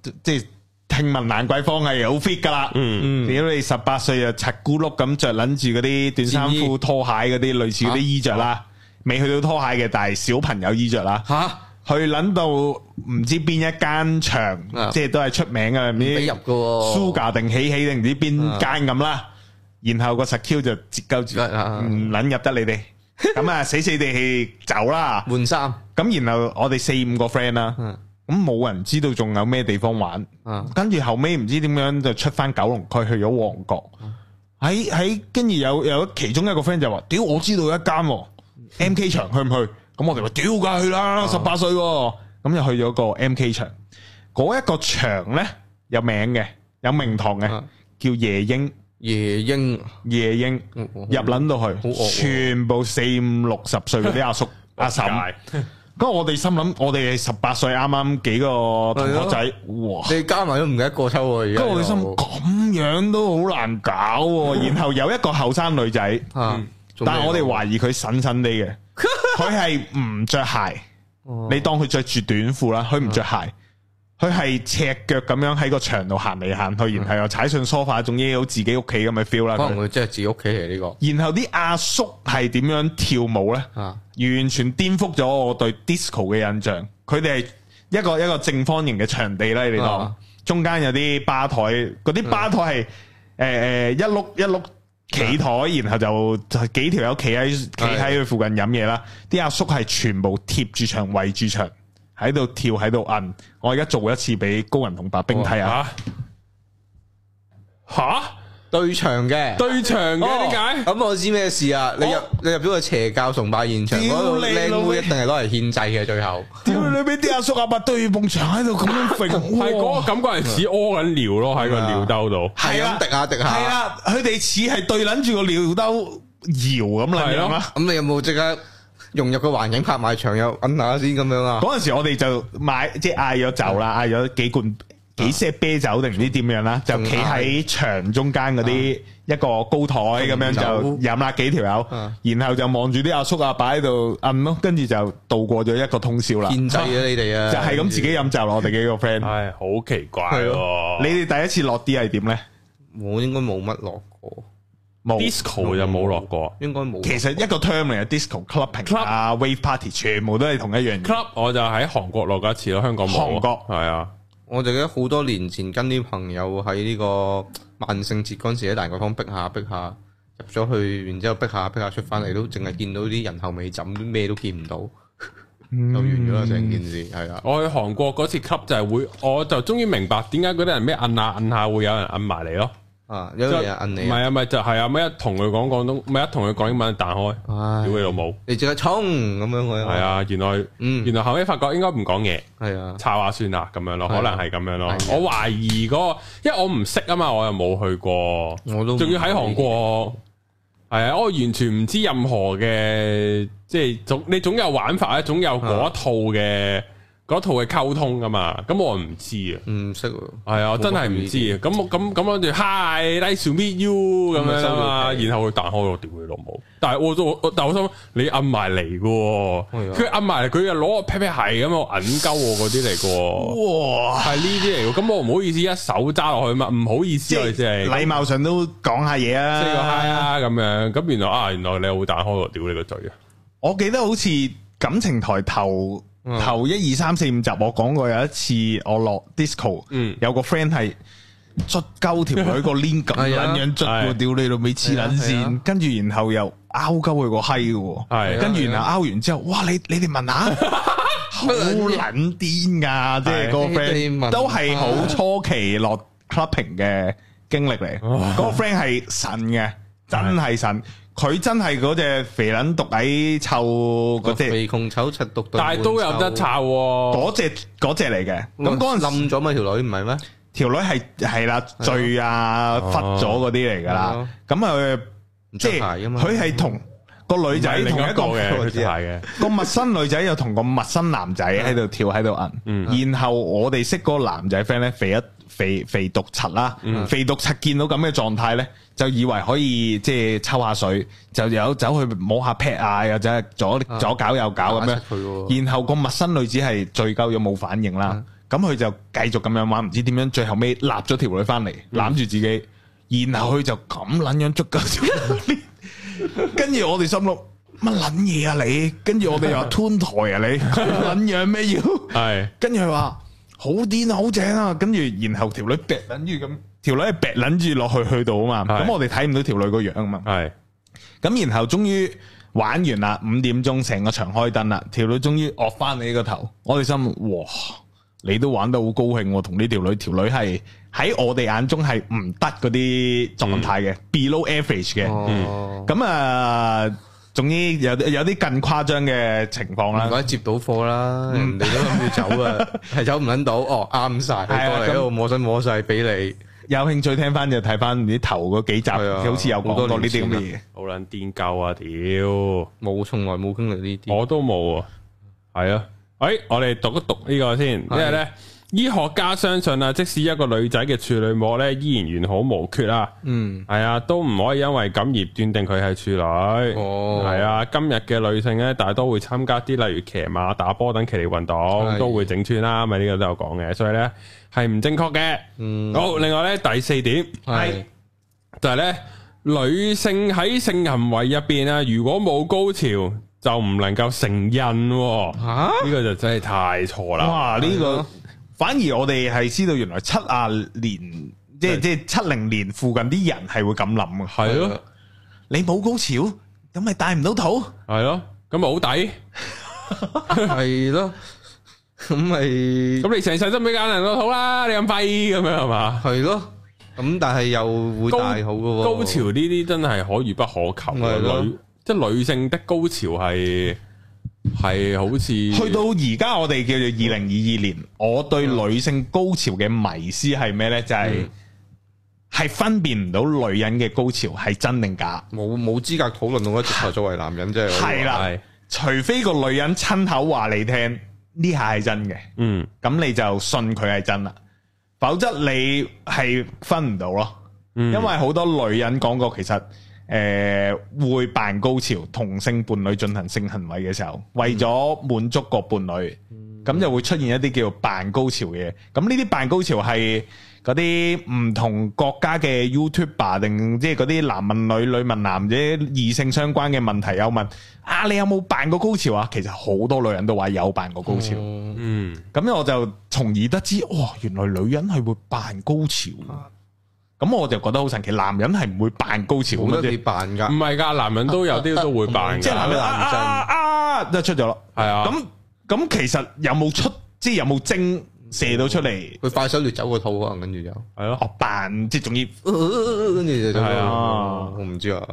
即即係聽聞蘭桂坊係好 fit 噶啦。嗯，屌你十八歲就柒咕碌咁着撚住嗰啲短衫戰衣褲拖鞋嗰啲類似嗰啲啊衣着啦，未去到拖鞋嘅，但係小朋友衣着啦。吓去撚到唔知邊一間場，啊即係都係出名嘅，唔俾入知嘅喎。 Sugar 定喜喜定唔知邊間咁啦。然後個 secure 就截鳩住，啊唔撚入得你哋。咁啊，死死地氣走啦。換衫咁然後我哋四五個 friend 啦，嗯咁冇人知道仲有咩地方玩。啊跟住後尾唔知點樣就出翻九龍區去咗旺角，喺喺跟住有有其中一個 friend 就話：屌我知道有一間喎 M K 場去唔去？咁我哋話：屌梗係去啦，十八歲喎，咁就去咗個 M K 場。嗰一個場呢，有名嘅，有名堂嘅啊，叫夜鷹夜鷹夜鷹嗯入撚到惡去，喎全部四五六十歲嗰啲阿叔阿嬸。咁我哋心諗，我哋十八歲啱啱幾個同學仔，哇！你加埋都唔記得過秋喎，而家跟住我哋心又諗咁樣都好難搞喎。然後有一個後生女仔，啊，做咩嗯但係我哋懷疑佢神神地嘅，佢係唔着鞋。哦你當佢着住短褲啦，佢唔着鞋，佢係赤腳咁樣喺個場度行嚟行去，然後又踩上 sofa，總之好自己屋企咁嘅 feel 啦。可能佢佢真係自己屋企嚟呢然後啲阿叔係點樣跳舞呢？個啊，完全顛覆咗我對 disco 嘅印象。佢哋係一個一個正方形嘅場地啦，你當、啊中間有啲吧台，嗰嗯啲吧台係誒誒一碌一碌企啊台，然後就就幾條友企喺企喺佢附近飲嘢啦。啲阿叔係全部貼住牆圍住牆，喺度跳喺度摁。我而家做一次俾高人同白冰睇啊下。吓吓對場嘅。對場哦嘅點解？咁我知咩事啊？你入你入咗個邪教崇拜現場屌嗰度，你老靚味妹一定係攞嚟獻祭嘅最後。屌你俾啲阿叔阿伯對住埲牆喺度咁樣揈， 係嗰個哇感覺係似屙緊尿咯，喺個尿兜度。係係啦咁滴下滴係啊下。啦，佢哋似係對撚住個尿兜搖咁撚樣啊啦。咁你有冇即刻融入個環境拍賣場又摁下先咁樣啊？嗰陣時我哋就買即係嗌咗酒啦，嗌咗幾罐幾些啤酒定唔知點樣啦，就企喺牆中間嗰啲一個高台咁樣就飲啦幾條啊友，然後就望住啲阿叔阿伯喺度摁咯，跟住就度過咗一個通宵啦，獻祭啊你哋啊！就係咁自己飲酒咯，我哋幾個 friend。唉，好奇怪係喎！你哋第一次落啲係點呢？我應該冇乜落過，冇， disco 就冇落過應該冇。其實一個 term 嚟嘅 disco clubbing Club 啊 wave party 全部都係同一樣嘢。 club，我就喺韓國落過一次咯，香港冇。韓國係啊，我就記得好多年前跟啲朋友喺呢個萬聖節嗰陣時喺蘭桂坊逼下逼下入咗去，然之後逼下逼下出翻嚟都淨係見到啲人後尾枕，咩都見 唔到，就完咗啦成件嗯事係啊啦。我去韓國嗰次 club 就係會，我就終於明白點解嗰啲人咩摁啊下摁下會有人摁埋嚟咯。啊，有就人摁唔你啊，係啊，咪就係啊，咪一同佢講廣東，咪一同佢講英文彈開，屌唉你老母！啊你即刻衝咁樣佢係，啊，原來嗯原來後尾發覺應該唔講嘢。係啊，插下算啦，咁樣咯，係可啊能係咁樣咯係啊。我懷疑嗰個，因為我唔識啊嘛，我又冇去過，我都唔仲要喺韓國，係啊，我完全唔知任何嘅，即係總你總有玩法咧，總有嗰啊一套嘅嗰套嘅溝通噶嘛，咁我唔知啊。唔識喎。係啊，冇真係唔知啊！咁我咁咁跟住，Hi，nice to meet you 咁樣啦嘛，收咗皮然後佢彈開我屌佢老母！但係我都我但係我心諗你摁埋嚟嘅喎，係啊佢摁埋嚟，佢又攞個 pat pat 係咁樣揞鳩我嗰啲嚟嘅喎，哇！係呢啲嚟嘅。咁我唔好意思一手揸落去嘛，唔好意思即啊，即係係禮貌上都講下嘢啊。即係個 hi 啊咁樣。咁原來啊，原來你會彈開我屌你個嘴啊！我記得好似感情台頭嗯頭一二三四五集，我講過有一次我落 disco，嗯有個 friend 係捽鳩條 女個鏈咁係啊撚樣捽係喎，屌你老味黐撚係啊係線，啊跟住然後又拗鳩佢個閪係嘅喎，啊跟住係啊然後拗完之後，哇！你你哋 問下，好撚癲㗎，即係係個你哋問 friend 下都係好初期落 clubbing 嘅經歷嚟，嗰個 friend 係神嘅，真係神。佢真係嗰隻肥撚毒蟻臭嗰隻，肥窮醜柒毒，但係都有得插。抄喎，嗰隻嗰隻嚟嘅。咁嗰陣時冧咗嘛條女唔係咩？條女係係啦，醉啊，忽咗嗰啲嚟㗎啦哦。咁啊，唔即着係鞋㗎嘛佢係同個女唔係仔另同一一個個嘅 我知啊嘅，個陌生女仔又同個陌生男仔嗯喺度跳喺度摁，然後我哋識嗰個男仔 friend 咧肥一肥肥毒柒啦，嗯肥毒柒見到咁嘅狀態咧，就以為可以即係抽下水，就有走去摸下 pat 啊，又走去左左搞右搞咁打出佢樣。喎嗯然後個陌生女子係醉鳩咗冇反應啦，咁佢就繼續咁樣玩，唔知點樣最後尾立咗條女翻嚟攬住自己，然後佢就咁撚樣捉鳩咗。跟住我哋心諗乜撚嘢啊你？跟住我哋又話吞台啊你，咁撚樣咩要？係跟住佢話好癲啊，好正啊！跟住然後條女劈撚住咁，條女係劈撚住落去去到啊嘛。係咁我哋睇唔到條女個樣啊嘛。係咁然後終於玩完啦，五點鐘成個場開燈啦，條女終於惡翻你個頭。我哋心諗哇，你都玩得好高興喎，同呢條女，條女係喺我哋眼中係唔得嗰啲狀態嘅、b e l o w average 嘅。嗯哦，咁啊，總之有有啲更誇張嘅情況唔啊啦。該接到貨啦，嗯人哋都諗住 走啊，係走唔撚到，哦啱晒，係佢啊過嚟咁一路摸身摸細俾你，有興趣聽翻就睇翻啲頭嗰幾集，係啊好似有講過呢啲咁嘅嘢。好撚癲鳩啊！屌，冇從來冇經歷呢啲，我都冇啊，係啊，誒，我哋讀一讀呢個先，因為咧。醫學家相信啊，即使一個女仔嘅處女膜咧依然完好無缺啊，嗯，系啊，都唔可以因為咁而斷定佢係處女。哦係啊，今日嘅女性咧，大多會參加啲例如騎馬、打波等騎呢運動，係都會整穿啦，咪呢個都有講嘅，所以咧係唔正確嘅。嗯好，另外咧第四點係就係咧，女性喺性行為入邊啊，如果冇高潮就唔能夠承認喎，呢、吓，個就真係太錯啦。哇！呢個反而我哋係知道原來七啊年，即係即係七零年附近啲人係會咁諗嘅。係咯，你冇高潮，咁咪帶唔到肚。係咯，咁咪好抵。係咯，咁咪咁你成世都俾揀人個肚啦，你咁廢咁樣係嘛？係咯，咁但係又會高大好嘅喎，高潮呢啲真係可遇不可求係嘅，咯女即係女性的高潮係係好似去到而家我哋叫做二零二二年，我對女性高潮嘅迷思係咩呢？就係、係分辨唔到女人嘅高潮係真定假，冇冇資格討論我一直係作為男人啫，係啦係除非個女人親口話你聽呢下係真嘅，嗯咁你就信佢係真啦，否則你係分唔到咯。嗯因為好多女人講過，其實誒、呃、會扮高潮，同性伴侶進行性行為嘅時候，為咗滿足個伴侶，咁就會出現一啲叫做扮高潮嘅嘢。咁呢啲扮高潮係嗰啲唔同國家嘅 YouTuber 定即係嗰啲男問女、女問男者異性相關嘅問題有問啊，你有冇扮過高潮啊？其實好多女人都話有扮過高潮。哦嗯咁我就從而得知，哇！原來女人係會扮高潮，咁我就覺得好神奇。男人係唔會扮高潮冇嘅得你啫，扮唔㗎，係㗎，男人都有啲都會扮即即係㗎，男人啊男人啊啊，就出咗咯。係啊，咁咁其實有冇出，即係有冇精射到出嚟？佢快手掠走個肚可能跟住就。係咯，哦，扮即係仲要跟住就走係啊我唔知啊，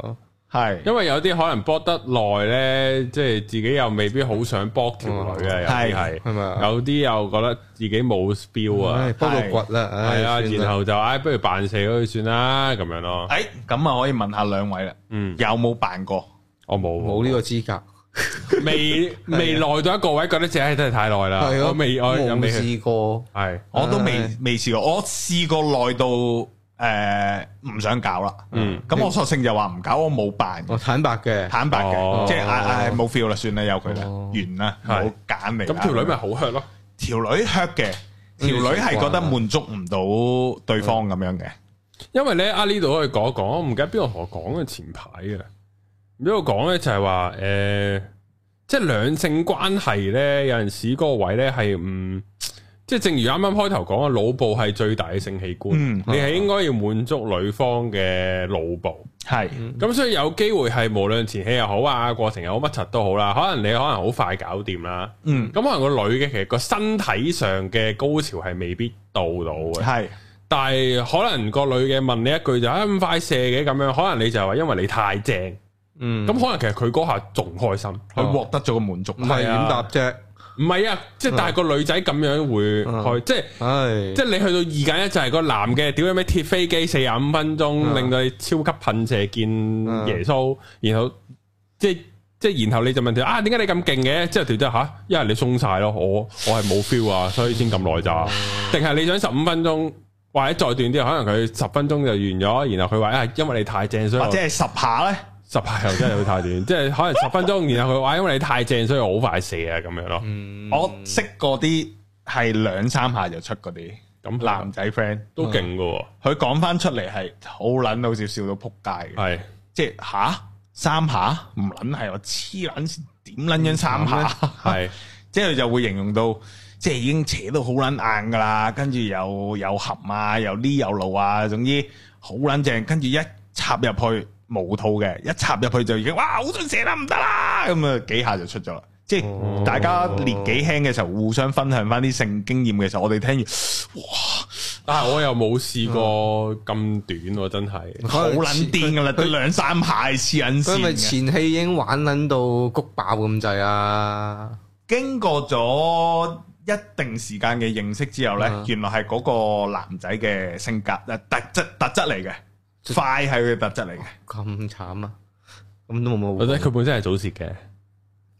係因為有啲可能搏得耐咧，即係自己又未必好想搏條女嘅，有啲係哦係咪啊有啲又覺得自己冇 feel 啊唉，幫到骨啦，唉係啊，算啦然後就唉，不如扮死佢算啦，咁樣咯。誒，咁啊可以問下兩位啦，嗯，有冇扮過？我冇冇呢個資格，未未耐到一個位，覺得自己唉真係太啊耐啦。我係咯，未我有冇未試過，係我都未唉未試過，我試過耐到誒唔想搞啦。嗯咁我索性就話唔搞，我冇扮。我坦白嘅，坦白哦嘅，即係唉唉冇 feel 啦，算啦，由佢啦，哦完啦，係啊冇揀嚟啦。咁條女咪好 hurt 咯。條女 hurt 嘅，條女係覺得滿足唔到對方咁樣嘅，因為咧啊呢度可以講一講，我唔記得邊個同我講嘅前排啊，唔知我講咧就係話誒，即係兩性關係咧，有陣時嗰個位咧係唔即係正如啱啱開頭講啊，腦部係最大嘅性器官，嗯你係應該要滿足女方嘅腦部。係咁所以有機會係無論前戲又好啊，過程又好乜柒都好啦，可能你可能好快搞掂啦。嗯咁可能個女嘅其實個身體上嘅高潮係未必到到嘅，係但係可能個女嘅問你一句就啊咁快射嘅咁樣，可能你就話因為你太正，咁、嗯，可能其實佢嗰下仲開心，佢獲得咗個滿足。唔係係點啊答啫，唔係啊，即係但係個女仔咁樣會開，即係唉，啊即係你去到二揀一就係個男嘅屌有咩鐵啊飛機四十五分鐘，嗯令到你超級噴射見耶穌，然後即係即係，然後你就問佢啊，點解你咁勁嘅？之後條仔吓，因為你鬆晒咯，我我係冇 feel 啊，所以先咁耐咋。嗯定係你想十五分鐘，或者再短啲，可能佢十分鐘就完咗，然後佢話啊，因為你太正，所以我或者係十下咧，十下又真係會太 短，即係可能十分鐘，然後佢話哎因為你太正，所以我好快射啊咁樣咯。嗯我識嗰啲係兩三下就出嗰啲咁男仔 friend，都勁噶，佢講翻出嚟係好撚好似笑到撲街嘅，係即係吓三下唔撚係我黐撚線點撚樣三下？係即係佢就會形容到，即係已經扯到好撚硬㗎啦，跟住又又含啊，又呢又路啊，總之好撚正，跟住一插入去冇套嘅，一插入去就已經哇好想射啦，唔得啦，咁啊幾下就出咗啦。即係大家年紀輕嘅時候，互相分享翻啲性經驗嘅時候，我哋聽完但啊係我又冇試過咁短喎，真係。好撚癲㗎啦，都兩三排黐撚佢咪線嘅。前戲已經玩撚到谷爆咁滯啊！經過咗一定時間嘅認識之後呢啊，原來係嗰個男仔嘅性格誒特質特質嚟嘅，快係佢嘅特質嚟嘅。咁慘啊！咁都冇或者冇佢本身係早泄嘅，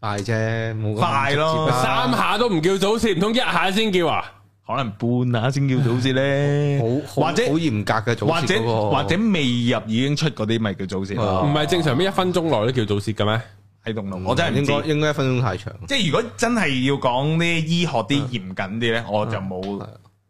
快啫，冇咁快咯直接啦三下都唔叫早泄，唔通一下先叫啊？可能半下先叫早泄呢，好或或者者哦好嚴格嘅組或織者嗰個啊或者未入已經出嗰啲咪叫早泄唔咯，係正常咩？一分鐘內都叫早泄嘅咩？喺洞窿，我真係唔嗯應該知。應該一分鐘太長。即係如果真係要講啲醫學啲嚴謹啲呢，我就冇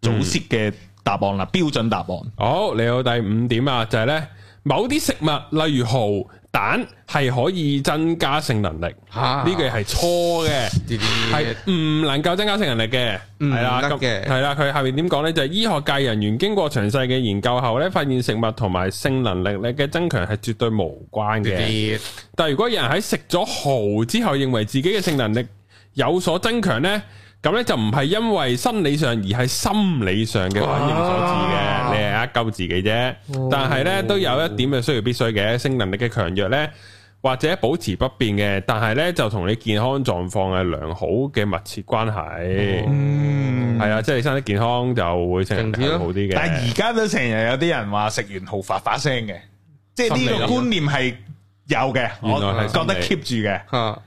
早泄嘅答案啦，標準答案。好，嚟到第五點啊，就係呢：某啲食物，例如蠔蛋，係可以增加性能力。嚇呢個係錯嘅，啲係啲唔能夠增加性能力嘅，嗯係啦，唔得咁嘅係啦。佢下面點講呢？就係醫學界人員經過詳細嘅研究後呢，發現食物同埋性能力咧嘅增強係絕對無關嘅。啲但如果有人喺食咗蠔之後，認為自己嘅性能力有所增強呢，咁呢就唔係因為生理上，而係心理上嘅反應所致嘅。啊你係呃鳩自己啫。但係呢，都有一點係需要必須嘅，性能力嘅強弱呢，或者保持不變嘅，但係呢，就同你健康狀況係良好嘅密切關係。嗯係啊，即係你身體健康就會性能力好啲嘅。但係而家都成日有啲人話食完蠔發發聲嘅，即係呢個觀念係有嘅，我原來係覺得心 keep 住嘅。嚇，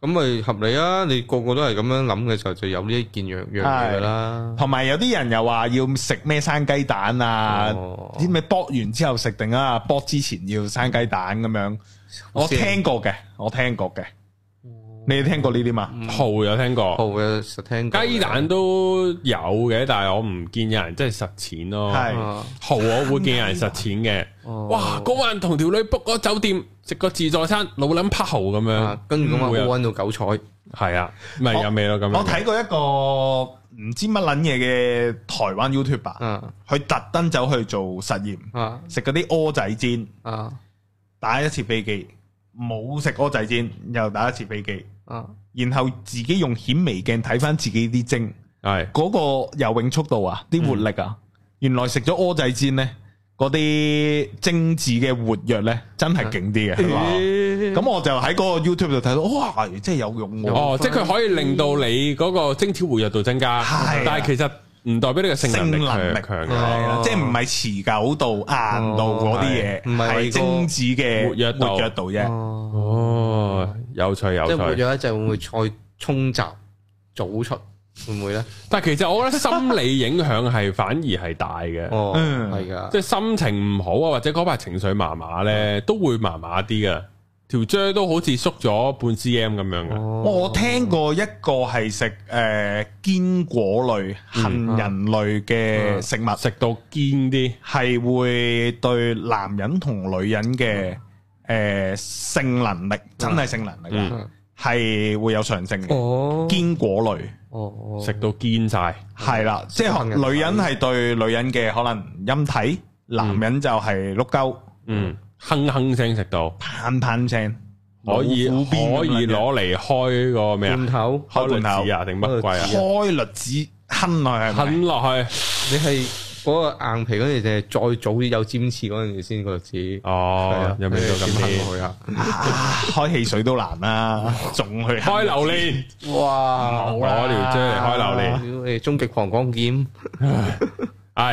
咁咪合理啊！你個個都係咁樣諗嘅時候，就有呢一件樣樣嘢㗎啦。同埋有啲人又話要食咩生雞蛋啊，哦啲咩剝完之後食定啊，剝之前要生雞蛋咁樣。我聽過嘅，我聽過嘅，你哋聽過呢啲嘛？蠔有聽過，好嘅，實聽過嘅雞蛋都有嘅，但係我唔見有人真係實踐咯。係啊豪我會見有人實踐嘅。哦哇！嗰晚同條女 book 個酒店食個自助餐，老撚匹豪咁樣啊，跟住咁啊，會啊高溫到九彩。係啊，咪有味咯咁我樣。睇過一個唔知乜撚嘢嘅台灣 YouTuber，啊佢特登走去做實驗，啊食嗰啲蚵仔煎。啊打一次飛機，冇食蚵仔煎，又打一次飛機，啊！然後自己用顯微鏡睇翻自己啲精，係嗰、個游泳速度啊，啲活力嗯啊，原來食咗蚵仔煎呢，嗰啲精子嘅活躍呢，真嗯係勁啲嘅。佢話咁我就喺嗰個 YouTube 度睇到，哇，真係有用喎、哦，即係佢可以令到你嗰個精子活躍度增加，係啊但係其實唔代表你嘅性能力性能力強強係嘅哦啦哦即係唔係持久度、硬度嗰啲嘢，唔係係個精子嘅活躍度活躍度啫。哦哦，有趣有即係活趣。躍一陣會唔會再衝閘早出？會唔會咧？但係其實我覺得心理影響係反而係大嘅。哦，嗯係噶，即係心情唔好啊，或者嗰排情緒麻麻咧，都會麻麻啲嘅。條啫都好似縮咗半 cm 咁樣嘅。哦我聽過一個係食誒堅果類、杏仁類嘅食物，食到堅啲，係會對男人同女人嘅誒性能力，真係性能力啊，係會有上升嘅。哦堅果類哦食到堅晒，係啦，即係可能女人係對女人嘅可能陰體，男人就係碌鳩嗯，哼哼聲食到，砰砰聲，可以可老虎鞭咁樣以攞嚟開個咩罐啊？頭，開罐頭栗子啊，定乜鬼啊？開栗子哼落去係咪，啃落去，你係嗰個硬皮嗰陣時，定係再早啲有尖刺嗰陣時先個指？係哦啊，有味道咁啲你點行。過去啊！啊開汽水都難啦，仲去開哼榴蓮，哇！攞條啫嚟開榴蓮。你終極膀胱劍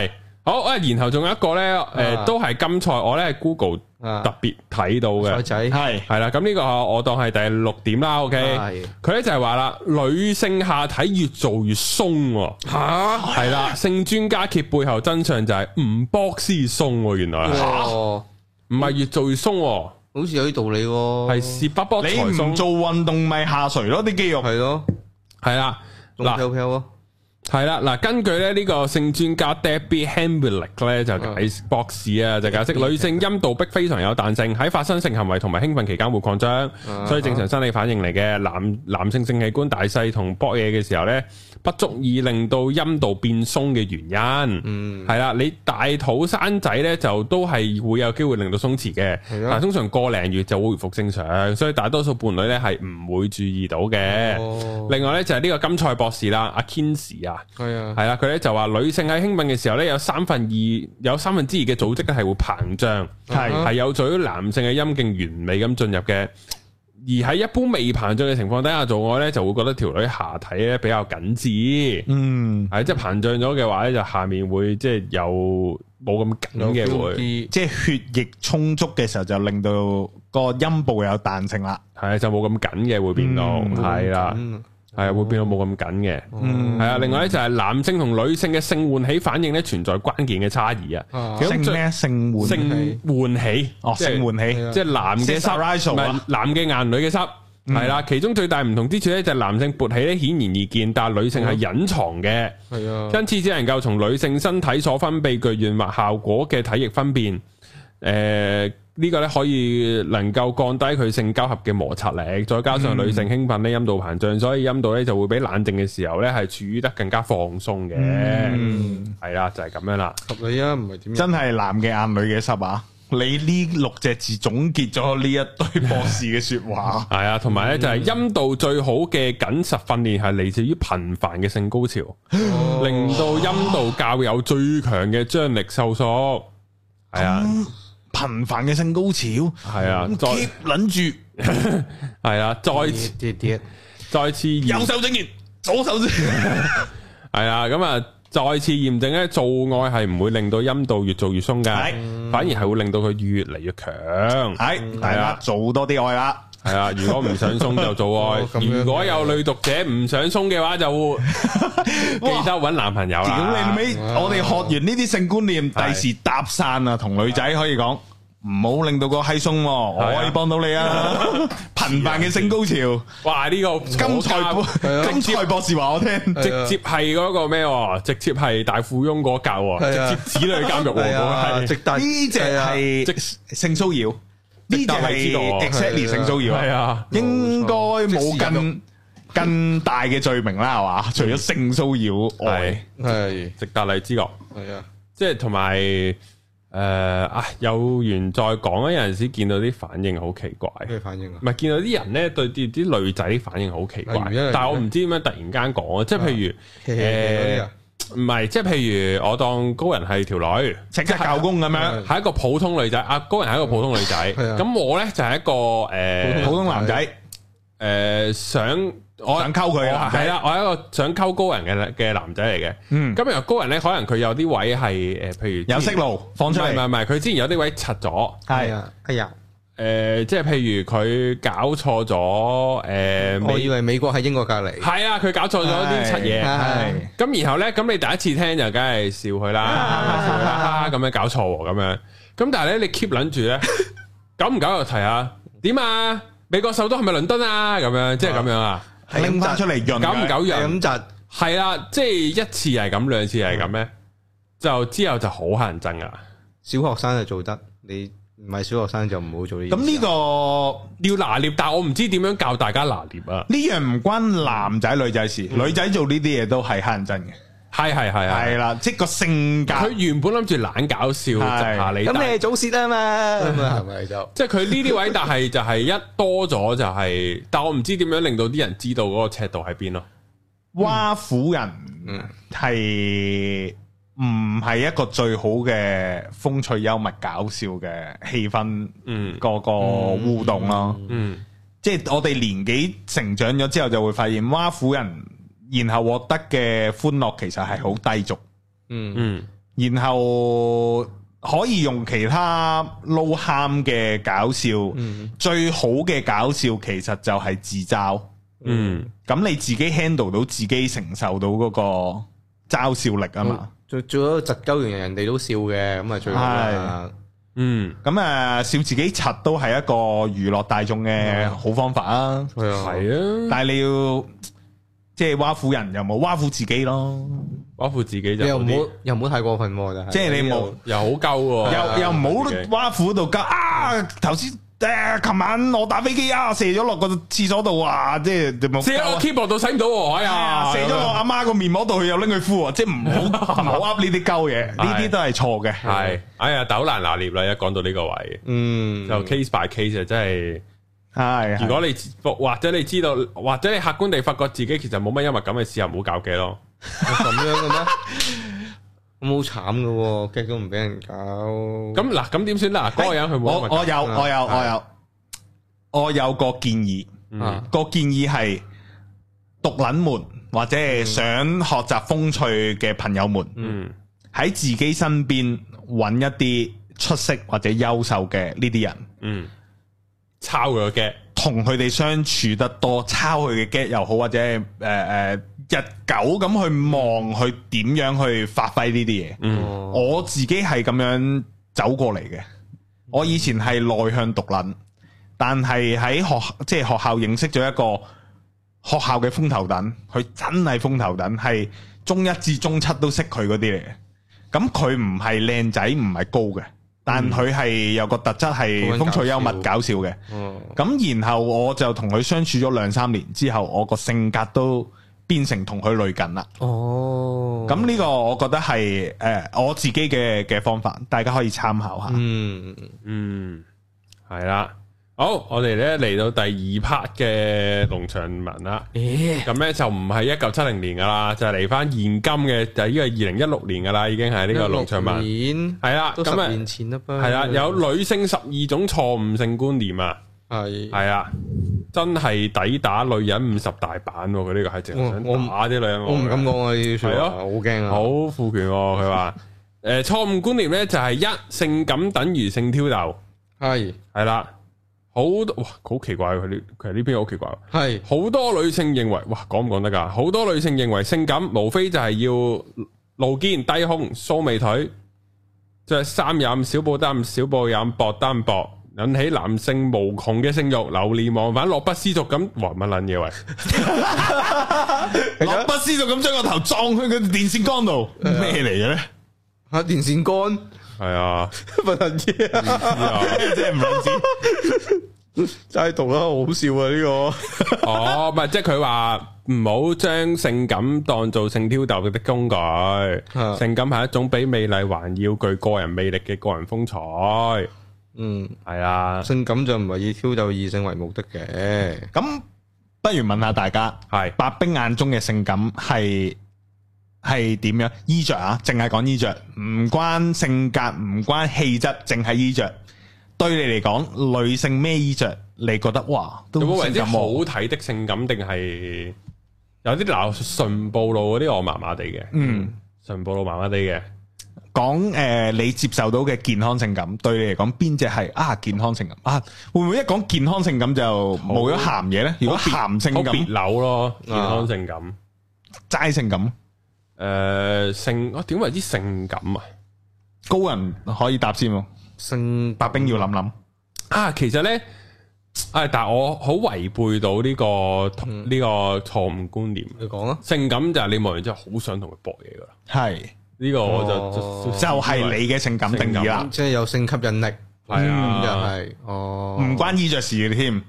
系好啊，然後仲有一個咧，诶、啊都係金菜，我咧 Google 啊特別睇到嘅菜。仔系係啦，咁呢個我當係第六點啦。OK，係佢咧就係話啦，女性下體越做越鬆喎。吓係啦，性專家揭背後真相就係唔搏先鬆喎，原來係哇唔係越做越鬆喎，好似有啲道理喎，係是不搏才你唔鬆。做運動咪下垂咯啲肌肉。係咯，係啦，仲嗱飘飘啊，系啦，嗱，根據咧呢個性專家 Debbie Hamblick 咧就解博士啊，就解釋女性陰道壁非常有彈性，喺發生性行為同埋興奮期間會擴張，所以正常生理反應嚟嘅。男男性性器官大細同搏嘢嘅時候咧，不足以令到陰道變鬆嘅原因，係啦、你大肚生仔咧就都係會有機會令到鬆弛嘅，係啊但係通常個零月就會回復正常，所以大多數伴侶咧係唔會注意到嘅。哦另外咧就係呢個金賽博士啦，阿 k i n s y 啊。係啊，系啦，佢咧就話女性喺興奮嘅時候咧，有三分二有三分之二嘅組織咧係會膨脹，係係有助於男性嘅陰莖完美咁進入嘅。而喺一般未膨脹嘅情況底下做愛咧，就會覺得條女下體咧比較緊致，嗯，係即係膨脹咗嘅話咧，就下面會即係有冇咁緊嘅會，啲即係血液充足嘅時候就令到個陰部有彈性啦。係就冇咁緊嘅會變到，嗯係啦，嗯係啊會變到冇咁緊嘅。哦嗯係啊，另外咧就係男性同女性嘅性喚起反應咧存在關鍵嘅差異啊。啊咁性最咩？性換性喚起，哦，即係性換起係啊即係男嘅 Sex 濕， arousal 唔係啊嗯男嘅硬，女嘅濕，係啦。其中最大唔同之處咧，就係男性勃起咧顯然易見，但係女嗯性係隱藏嘅，係啊，因此只能夠從女性身體所分泌具潤滑效果嘅體液分辨。诶、呢個咧可以能夠降低佢性交合嘅摩擦力，再加上女性興奮咧，陰道膨脹，所以陰道咧就會比冷靜嘅時候咧係處於得更加放鬆嘅，係啦、就係咁樣啦。合理啊，唔係點樣真係男嘅硬，女嘅濕啊！你呢六隻字總結咗呢一堆博士嘅说話。系啊，同埋咧就係陰道最好嘅緊實訓練係嚟自於頻繁嘅性高潮，令到陰道較有最強嘅張力收縮。係啊，頻繁嘅性高潮嗯係啊， ，keep 再捻住係啊，再次跌跌跌，再次右驗手整完，左手整完。嗯係啊，咁啊再次驗證咧，做愛係唔會令到陰道越做越鬆噶係，反而係會令到佢越嚟越強。係係大啊家做多啲愛啦。係啊，如果唔想鬆就做愛哦咁，樣如果有女讀者唔想鬆嘅話，就會記得揾男朋友屌啦。你尾，我哋學完呢啲性觀念，第係時搭讪啊，同女仔可以講，唔好令到個閪鬆喎，啊我可以幫 到你啊！頻繁嘅性高潮，哇！呢、個金菜賽博金賽博士話我聽，直接係嗰個咩喎？直接係大富翁嗰格係喎，啊直接子女監獄喎，係嗰啊，個直係達呢只係啊係即性騷擾，呢只大衞知道係喎 exactly 性騷擾係啊，啊，應該冇即時入獄更更大嘅罪名啦，係嘛？除咗性騷擾係外，係直達荔枝角，係啊，即係同埋誒啊！有緣再講啊！有陣時見到啲反應好奇怪，咩反應啊唔？係見到啲人咧對啲啲女仔反應好奇怪例如咧，但係我唔知點解突然間講啊！即係譬如騎騎嗰啲誒啊，唔係即係譬如我當高人係條女。請得教工咁樣，係係一個普通女仔，阿高人係一個普通女仔，係啊咁我咧就係一個誒普通男仔誒想我想溝我佢啊嘅男係仔，啦，我係一個想溝高人嘅嘅男仔嚟嘅。嗯，咁由高人咧，可能佢有啲位係誒，呃譬如有息路，路放唔出係唔係嚟，唔係，佢之前有啲位柒咗。係。啊，哎呀，誒，呃即係譬如佢搞錯咗誒，我美以啊為美國喺英國隔離，係啊，佢搞錯咗啲柒嘢。係咁然後咧，咁你第一次聽就梗係笑佢啦，笑佢啦，咁樣搞錯喎，咁樣。咁但係咧，你 keep 撚住 咧，久唔久又提下點啊？美國首都係咪倫敦啊？咁樣即係咁樣啊？係拎翻出嚟潤佢，久唔久係又啊咁窒，係啦，即係一次係咁，兩次係咁咧，就之後就好乞人憎噶。小學生就做得，你唔係小學生就唔好做呢啲咁事啊。呢個要拿捏，但我唔知點樣教大家拿捏啊。呢樣唔關男仔女仔事，女仔做呢啲嘢都係乞人憎嘅，係係係係係。啦，即係個性格佢原本諗住懶搞笑窒下你，但係早泄啊嘛，咁啊，係咪就即係佢呢啲位，但係就係一多咗就係，但我唔知點樣令到啲人知道嗰個尺度喺邊咯。挖苦人係唔係一個最好嘅風趣幽默搞笑嘅氣氛嗯個個互動咯？嗯，即係我哋年紀成長咗之後，就會發現挖苦人，然後獲得嘅歡樂其實係好低俗。嗯嗯，然後可以用其他撈喊嘅搞笑，最好嘅搞笑其實就係自嘲。嗯，咁你自己 handle 到自己承受到嗰個嘲笑力啊嘛。做做咗窒鳩完人哋都笑嘅，咁啊最好啦。嗯，咁誒、呃笑自己柒都係一個娛樂大眾嘅好方法啊。係啊，係啊，但係你要即係挖苦人又冇挖苦自己咯，包括自己就你又好唔啲好又唔好太過分喎，但係即係你冇又又好鳩喎，啊又又唔好啊挖苦到家啊！頭先誒，琴晚我打飛機啊，射咗落個廁所度啊，即係冇射落 keyboard 度睇唔到喎，哎呀，啊！射咗我阿媽個面膜度，佢又拎去敷啊！即 係唔好唔好噏呢啲鳩嘢，呢啲都係錯嘅。系，哎呀，斗難拿捏啦，一講到呢個位，嗯就 case by case 就真係。係如果你或者你知道，或者你客觀地發覺自己其實冇乜幽默感嘅時候，唔好搞嘅咯。咁樣嘅咩？咁好慘嘅喎，驚都唔俾人搞。咁咁嗱，咁點算啦？嗰個人佢冇幽我默我感，有我有係我有我有個建議，嗯個建議係獨撚們或者係想學習風趣嘅朋友們。嗯喺自己身邊揾一啲出色或者優秀嘅呢啲人，嗯，抄佢嘅，同佢哋相處得多，抄佢嘅 get 又好，或者誒誒、呃日久咁去望佢點樣去發揮呢啲嘢。嗯我自己係咁樣走過嚟嘅。我以前係內向獨撚，但係喺學即係學校認識咗一個學校嘅風頭等，佢真係風頭等，係中一至中七都識佢嗰啲嚟嘅。咁佢唔係靚仔，唔係高嘅，但佢係有個特質係風趣幽默、搞笑嘅。哦，咁然後我就同佢相處咗兩三年之後，我個性格都變成同佢類近啦。哦咁呢個我覺得係誒、呃我自己嘅嘅方法，大家可以參考下。嗯，嗯，係啦。好，我哋咧嚟到第二 part 嘅農場文啦。咦，咁咧就唔係一九七零年噶啦，就係嚟翻現今嘅，就係呢個二零一六年噶啦，已經係呢個農場文。年係啦，都十咁啊年前啦噃，係啦，有女性十二種錯誤性觀念啊。係系啊，真系抵打女人五十大板喎！佢呢個係直頭想我我唔打啲女人喎。我唔敢講啊呢啲係説話，咯好驚啊！好父權喎，佢話诶错误觀念咧就係一性感等於性挑逗，係係啦，好多哇好奇怪佢呢佢呢篇好奇怪喎，係好多女性認為哇講唔講得㗎？好多女性認為性感無非就係要露肩低胸梳美腿，着衫飲小布單小布飲薄單薄。引起男性無窮嘅性欲，流連忘返，樂不思蜀咁，哇乜撚嘢喂！樂不思蜀咁將個頭撞去個電線杆度， 咩嚟嘅咧？嚇電線杆系啊，乜撚 嘢啊！即係唔撚知。齋讀啦，好好笑啊呢個。哦，唔系，即系佢話唔好將性感當做性挑逗的工具，性感係一種比美麗還要具個人魅力嘅個人風采，嗯，係啊，性感就唔係以挑逗異性為目的嘅。咁不如問下大家，係白冰眼中嘅性感係係點樣？衣着啊，淨係講衣着，唔關性格，唔關氣質，淨係衣着。對你嚟講，女性咩衣着？你覺得哇，都有冇為性之感好喎睇的性感，定係有啲嗱純暴露嗰啲我麻麻地嘅，嗯，純暴露麻麻地嘅，講诶、呃你接受到嘅健康性感，對你嚟講邊只係啊健康性感啊？會唔會一講健康性感就冇咗鹹嘢呢？如果鹹性好感別，扭咯，健康性感，齋性感，诶，性我點為之性感啊？高人可以答嗯先喎。性白冰要諗諗，啊，其實咧，啊，但系我好違背到呢、個嗯呢、個錯誤觀念。你講啊，性感就係你望完之後好想同佢搏嘢噶啦，係呢、個我就、哦就就係啊你嘅性感定義啦，即係有性吸引力，係咁就啊，係哦，唔關衣着事嘅添。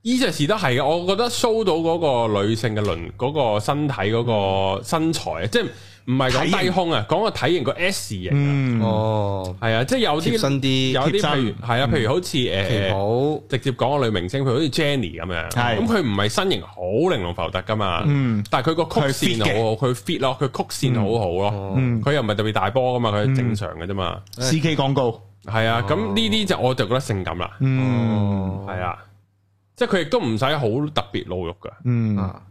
呢隻事都係嘅。我覺得 show 到嗰個女性嘅輪嗰個身體嗰個身材啊，即係唔係嗯體講型低胸啊，講個體型個 S 型啊，嗯，哦，係啊，即係有貼啲身啲，有啲貼譬身嗯如係啊，譬如好似旗誒。袍。直接講個女明星，譬如好似 Jenny 咁樣，係咁佢唔係身形好玲瓏浮凸噶嘛，嗯但係佢個曲線佢 fit 嘅好好，佢 fit 咯，佢曲線好好咯，嗯佢又唔係特別大波噶嘛，佢係正常嘅啫嘛， ，C K 廣告，係哦啊，咁呢啲就我就覺得性感啦，嗯哦係啊，即係佢亦都唔使好特別露肉噶，À. 嗯，啊，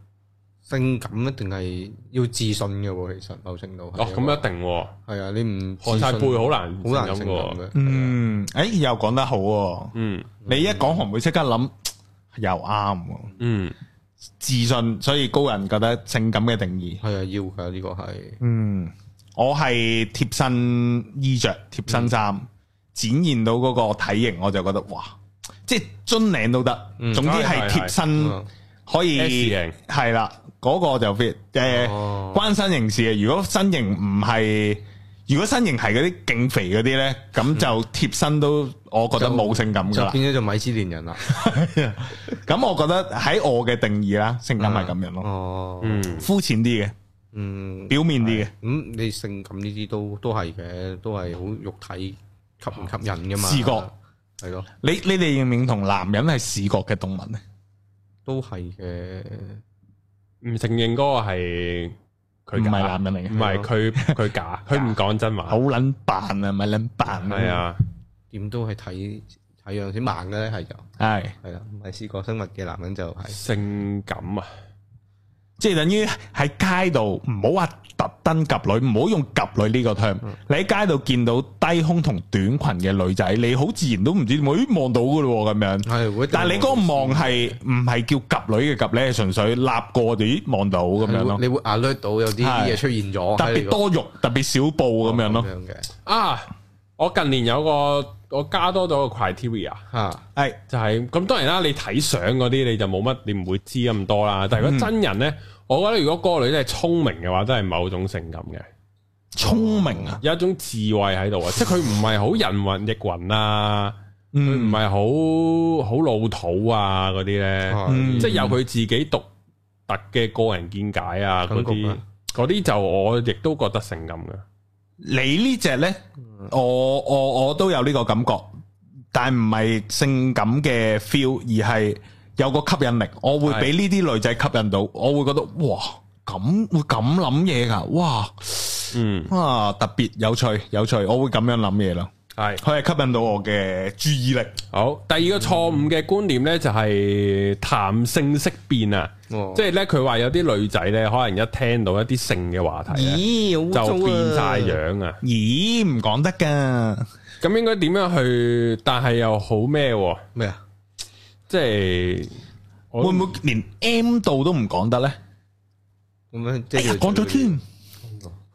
性感一定係要自信嘅喎，其實某程度係哦，咁一定喎，係啊，你唔汗晒背好難好難性性感感嘅 Ừ. 嘅，嗯，诶，又講得好喎。嗯你一講紅會即刻諗又啱喎，嗯，自信，所以高人覺得性感嘅定義。係啊，要㗎呢個係嗯，我係貼身衣着、貼身衫，展現到嗰個體型，我就覺得哇，即係樽領都得，嗯總之係係貼身係嗯可 S 以型係啦，嗰、個就 fit 誒、哦關身形事嘅。如果身形唔係，如果身形係嗰啲勁肥嗰啲咧，咁就貼身都我覺得冇性感噶就啦。變咗做米芝蓮人啦。咁我覺得喺我嘅定義啦，性感係咁樣咯，哦，嗯膚淺啲嘅，嗯，表面啲嘅。咁你性感呢啲都都係嘅，都係好肉體吸唔吸引㗎嘛。視覺係咯，你你哋認唔認同男人係視覺嘅動物咧？都係嘅。唔承認嗰個係唔佢係假，男人嚟唔嘅，係佢佢假，佢唔講真 好話，撚扮啊，咪撚扮係，啊，點都係睇睇樣先盲嘅咧，係就係係啦，唔係視覺生物嘅男人就係、性感啊，即係等於喺街度唔好話特登及女，唔好用及女呢個 term。你喺街度見到低胸同短裙嘅女仔，你好自然都唔知點會咦望到噶咯咁樣。係會一定但係你嗰個望係唔係叫及女嘅及咧？係純粹立過就咦望到咁樣係咯會。你會 alert 到有啲係嘢出現咗，特喺你別個多肉，特別少布咁樣咯咁。樣嘅啊，我近年有個我加多咗個 criteria。嚇係就係、咁，當然啦，你睇相嗰啲你就冇乜，你唔會知咁多啦。但係如嗯果真人呢，我覺得如果嗰個女真係聰明嘅話，都係某種性感嘅，聰明啊！有一種智慧喺 度啊！即係佢唔係好人云亦云啊，佢嗯唔係好好老土啊嗰啲哦呢，嗯即係有佢自己獨特嘅個人見解啊嗰感覺啲啊，嗰啲就我亦都覺得性感嘅。你呢只呢，我我我都有呢個感覺，但唔係性感嘅 feel，而係有個吸引力。我會俾呢啲女仔吸引到，我會覺得哇，咁會咁諗嘢㗎，哇嗯，啊特別有趣有趣，我會咁樣諗嘢咯。係。佢係吸引到我嘅注意力，好，第二個錯誤嘅觀念呢，就係談性色變啊，哦即係呢，佢話有啲女仔呢，可能一聽到一啲性嘅啊話題呢，咦，好就污糟啊變晒，樣啊。咦唔講得㗎，咁應該點樣去？但係又好咩喎？咩啊？即係我會唔會連 M 度都唔講得呢？咁樣即哎呀係講咗添。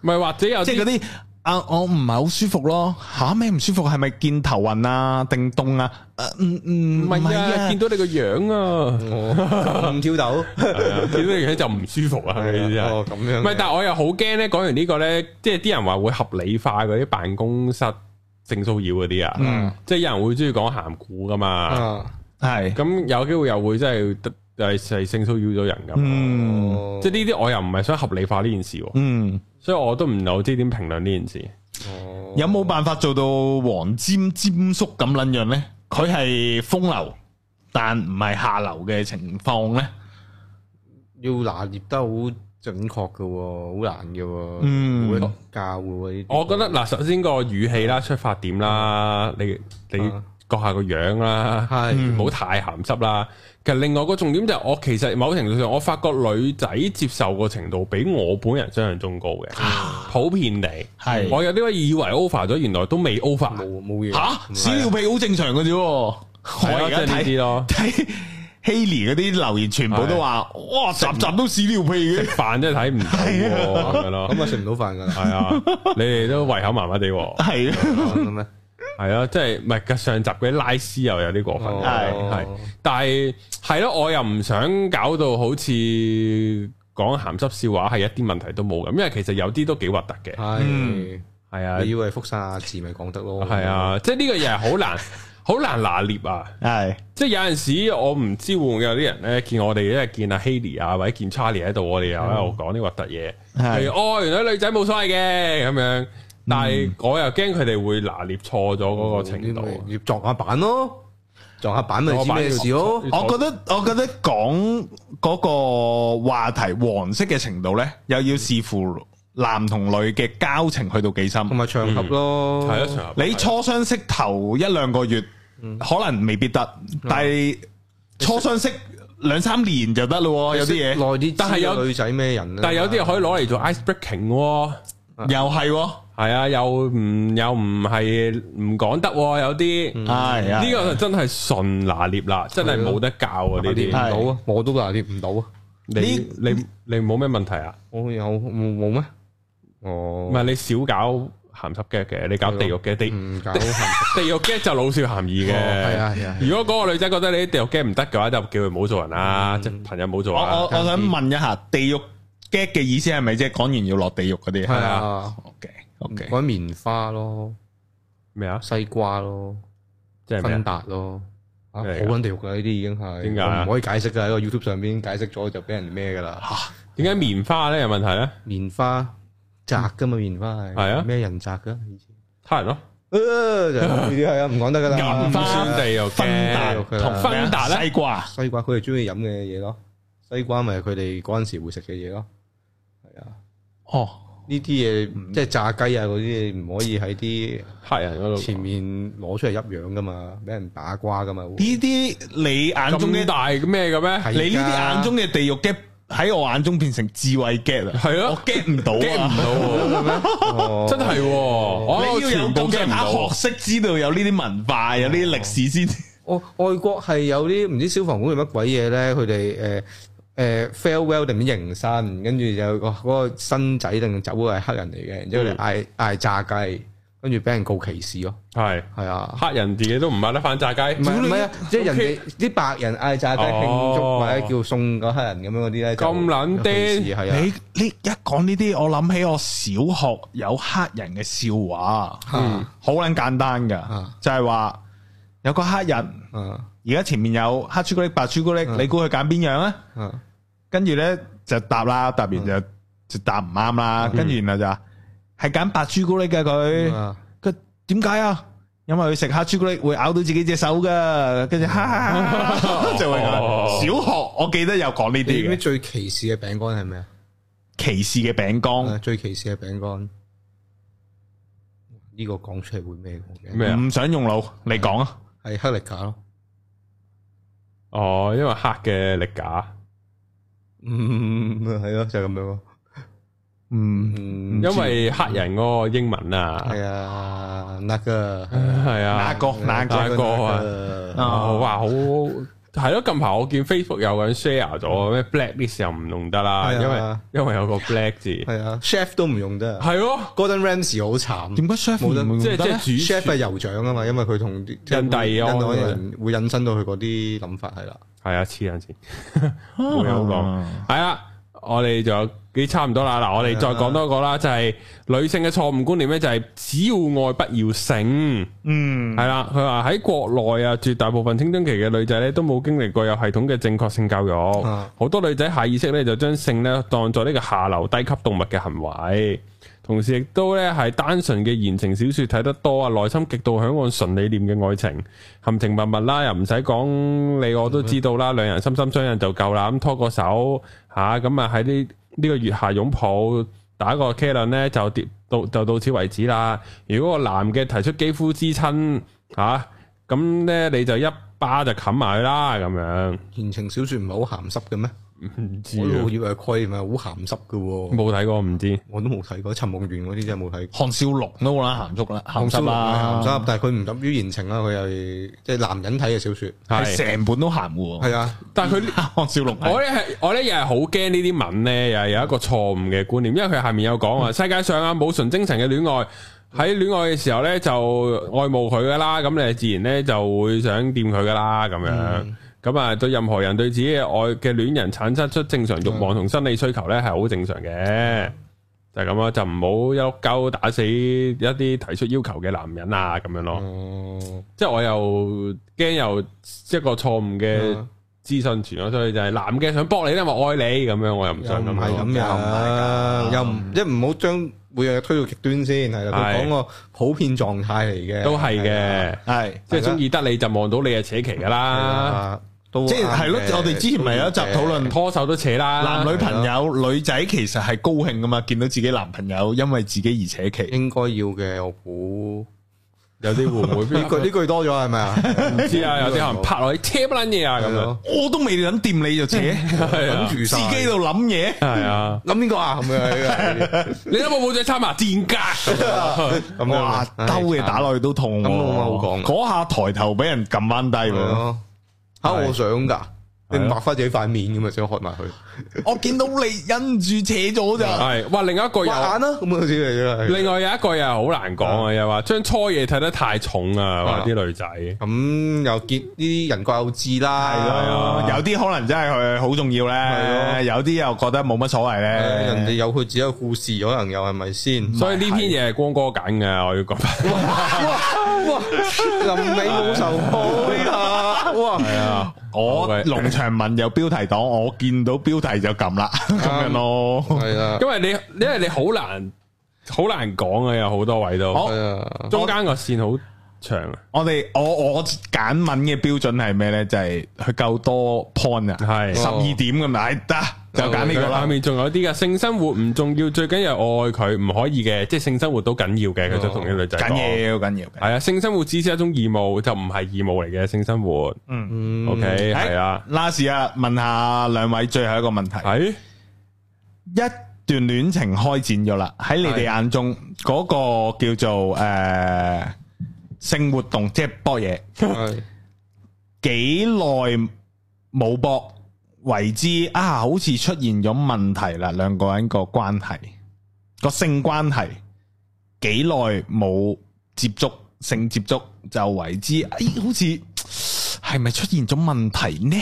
唔係或者有即係啲嗰啲啊，我唔係好舒服咯。吓咩唔舒服？係咪見頭暈啊？定凍啊？誒嗯嗯，唔係啊？見見到你個樣啊， 我唔挑哦豆，係啊見到你個樣就唔舒服啊，係咪先哦咁樣嘅，唔係，但係我又好驚咧。講完呢個咧，即係啲人話會合理化嗰啲辦公室性騷擾嗰啲啊，嗯即係有人會中意講鹹股噶嘛。啊係咁有機會又會真係係係性騷擾咗人咁。嗯哦即係呢啲我又唔係想合理化呢件事喎，嗯，所以我都唔係好知點評論呢件事。哦有冇辦法做到黃尖尖叔咁撚樣咧？佢係風流，但唔係下流嘅情況咧。要拿捏得好準確嘅喎，好難嘅喎，嗯會教嘅喎呢啲，我覺得嗱，首先個語氣啦、出發點啦，你你啊閣下個樣啦，係唔好太鹹濕啦。其實另外個重點就係我其實某程度上，我發覺女仔接受個程度比我本人想象中高嘅，普遍地啊係我有啲位以為 over 咗，原來都未 over。冇冇嘢吓，屎係尿啊屁好正常嘅啫喎。我係而咯，即係家呢睇啲咯，睇 Haley 嗰啲留言，全部都話哇，集集都屎尿屁嘅。飯真係睇唔到喎咁樣咯。咁啊食唔到飯㗎 啦，係啊，你哋都胃口麻麻地喎， 係啊。咁咩？係啊，即係唔係上集嗰啲拉絲又有啲過哦分，係係但係係咯，我又唔想搞到好似講鹹濕笑話係一啲問題都冇咁，因為其實有啲都幾核突嘅，係係你啊，以為復晒亞字咪講得咯？係，啊，即係呢個嘢係好難，好難拿捏啊！係即係有陣時我唔知會唔會有啲人咧見我哋咧見阿 Haley 啊或者見 Charlie 喺度，我哋又喺度講啲核突嘢，係係哦，原來女仔冇所謂嘅咁樣，但係我又驚佢哋會拿捏錯咗嗰個程度。哦啊嗯要撞下板咯，撞下板咪知咩事咯。我覺得我覺得講嗰個話題黃色嘅程度呢，又要視乎男同女嘅交情去到幾深同。埋場合咯，嗯係一場合你初相識嗯頭一兩個月，可能未必得，但係初相識兩三年就得咯喎，哦有啲嘢耐啲，但係有女仔咩人啊但係有啲嘢可以攞嚟做 ice breaking 喎。又係喎，系啊，又唔又唔係唔講得喎，有啲嗯呢係啊，個就真係純拿捏啦，真係冇得教啊呢拿捏啲。唔係到啊，我都拿捏唔到啊，你呢你你冇咩問題啊？我有冇冇咩？唔哦，係你少搞鹹濕嘅嘅，你哦搞地獄嘅地唔嗯搞係地獄嘅就老少咸宜係嘅。啊係啊，如果嗰個女仔覺得你啲地獄嘅唔得嘅話，就叫佢唔好做人啦，即係朋友唔好我做我啊。我想問一下，地獄 get 嘅意思係咪即係講完要落地獄嗰啲？係啊， ，OK OK，嗯嗰啲棉花咯，咩啊？西瓜咯，即係咩芬啊？達咯。啊好咩嚟㗎撚地獄㗎呢啲已經係，點解我啊唔可以解釋㗎？喺個 YouTube 上邊解釋咗就俾人咩㗎啦。點解棉花咧有問題咧？棉花摘噶嘛，棉花係係啊咩人摘噶？以前他人咯，呃就呢啲係啊，唔講得噶啦。棉花酸地獄芬達嘅，同芬達呢西瓜西瓜佢哋中意飲嘅嘢咯，西瓜咪佢哋嗰陣時會食嘅嘢咯。哦。呢啲嘢即係炸雞啊嗰啲，唔可以喺啲黑人嗰度前面攞出嚟一樣噶嘛，俾人打瓜噶嘛。會呢啲你眼中咁嘅，大咩嘅咩？係㗎你呢啲眼中嘅地獄 get 喺我眼中變成智慧 get 啊！係咯我 get 唔到 get 唔啊！到喎，哦 真係喎，我你要有全部咁 get 上唔下到學。識知道有呢啲文化，有呢啲歷史先。外外國係有啲唔知消防會定乜鬼嘢咧，佢哋誒誒 farewell 定唔知迎新，跟住就個哦嗰個新仔定走嘅係黑人嚟嘅，然之後佢哋嗌嗌炸雞，跟住俾人告歧視咯，係係啊。黑人自己都唔買得翻炸雞，唔係唔係咁啊！即係人哋啲白人嗌炸雞慶祝，或者叫送個黑人哦咁樣嗰啲咧，就撚有歧視癲，係啊！你你一講呢啲，我諗起我小學有黑人嘅笑話，嗯好撚簡單㗎啊，就係話有個黑人，啊而家前面有黑朱古力、白朱古力，嗯你估佢揀邊樣啊？啊跟住咧就答啦，答完就就答唔啱啦，跟住然後就話係揀白朱古力嘅佢，啊！佢點解啊？因為佢食黑朱古力會咬到自己隻手噶，跟住哈哈哈哈就會咁哦小學我記得有講呢你知唔知啲嘅最歧視嘅餅乾係咩啊？歧視嘅餅啊乾，最歧視嘅餅乾，呢個講出嚟會咩講嘅？咩啊？唔想用腦，你講啊！係黑力架咯。哦，因為黑嘅力架，嗯，系咯，就係咁樣咯。嗯，嗯，因為黑人嗰個英文啊，系啊，那个係哪啊，個哪個哪個啊啊？哦，哇，好係咯！近排我見 Facebook 有人 share 咗咩 black list 又唔用得啦，係因為啊因為有個 black 字，系啊，chef 都唔用得啊。係咯， Gordon Ramsay 好慘，點解 chef 冇得唔即係用嗯得咧即係 chef 主廚係酋長啊嘛，因為佢同印印第安印安人會引申到佢嗰啲諗法係啦。係啊，黐人先。冇嘢好講。系啊，我哋就幾差唔多啦。嗱，我啊哋再講多個啦，就係女性嘅錯誤觀念咧，就係只要愛不要性。嗯，係啦，佢話喺國內啊，絕大部分青春期嘅女仔咧都冇經歷過有系統嘅正確性教育，啊好多女仔下意識咧就將性咧當作呢個下流低級動物嘅行為，同時亦都咧係單純嘅言情小說睇得多啊，內心極度向往純理念嘅愛情，含情脈脈啦，又唔使講你我都知道啦，兩人心心相印就夠啦，咁拖個手吓，咁啊喺呢呢個月下擁抱。打個 K 輪咧就跌到就到此為止啦。如果個男嘅提出肌膚之親吓，咁、呢，咧你就一巴就冚埋佢啦咁樣。言情小说唔係好鹹濕嘅咩？唔知啊我都以為係虧，咪好鹹濕嘅喎。冇睇過唔知。我都冇睇過《尋夢園》嗰啲真係冇睇過。韓少龍都好啦，鹹濕啦，鹹濕鹹啊濕啦，，但係佢唔敢於言情啦，佢係即係男人睇嘅小说。係係，成本都鹹嘅喎。係啊，但係佢韓少龍係我咧係我咧又係好驚呢啲文咧，又係有一個錯誤嘅觀念，因為佢下面有講話世界上啊冇純精神嘅戀愛。喺戀愛嘅時候咧，就愛慕佢噶啦，咁你自然咧就會想掂佢噶啦，咁樣嗯咁啊，對任何人對自己嘅愛嘅戀人產生出正常慾望同生理需求咧，係好正常嘅，就係咁咯，就唔好一碌鳩打死一啲提出要求嘅男人啊，咁樣咯。哦，即係我又驚又一個錯誤嘅嗯資訊傳咗出去，就係男嘅想搏你咧，話愛你咁樣，我又唔又想唔咁係樣。咁樣，又唔即係唔好將每樣嘢推到極端先，係啦。佢係講個普遍狀態嚟嘅，都係啊，嘅，係即係中意得你就望到你就扯旗噶係啦，啊，都即係啱係咯，嘅我哋之前咪有一集討論拖手都扯啦，男女朋友，女仔其實係高興噶嘛，見到自己男朋友因為自己而扯旗。應該要嘅，我估有啲會唔 會呢句呢句多咗係咪啊？唔知啊？有啲可能拍落去車乜撚嘢啊咁樣，我都未諗掂你就 扯，係啊諗住司晒機喺度諗嘢，係啊！諗邊個啊？咁樣你有冇冇仔參啊？電格啊咁樣哇唉兜嘅打落去都痛喎，咁冇乜好講嗰下抬頭俾人撳翻低係喎，咯，吓我想㗎，你係啊抹翻自己塊面咁啊，想喝埋佢，我見到你忍住扯咗咋，係哇！另一個又畫眼啦，啊咁好似嚟啫。另外有一個又好難講啊，又話將初夜睇得太重啊，話啲女仔咁又見呢啲人各有志啦，係啊咯，有啲可能真係佢好重要咧，係有啲又覺得冇乜所謂誒人哋咧。有佢自己嘅故事，可能又係咪先？所以呢篇嘢係光哥揀嘅，我要講 翻。哇！ 臨尾冇 受開啊！哇！係啊，我好嘅農場文有標題黨，我見到標題就撳啦，咁樣咯。係啦，因為你因為你好難好難講啊，有好多位都好係啊，中間個線好長啊，我哋我我揀文嘅標準係咩咧？就係佢夠多 point 啊，係十二點咁，唉得就揀呢個下啦。面仲有啲嘅性生活唔重要，最緊要係我愛佢，唔可以嘅，即係性生活都緊要嘅。佢就同啲女仔講嗯緊要緊要，係啊，性生活只是一種義務，就唔係義務嚟嘅性生活。嗯嗯 OK，係啊，哎，last 啊，問下兩位最後一個問題。係一段戀情開展咗啦，喺你哋眼中嗰個叫做誒性活動，即係搏嘢係幾耐冇搏為之啊？好似出現咗問題啦，兩個人個關係個性關係幾耐冇接觸性接觸就為之，哎，好似係咪出現咗問題呢？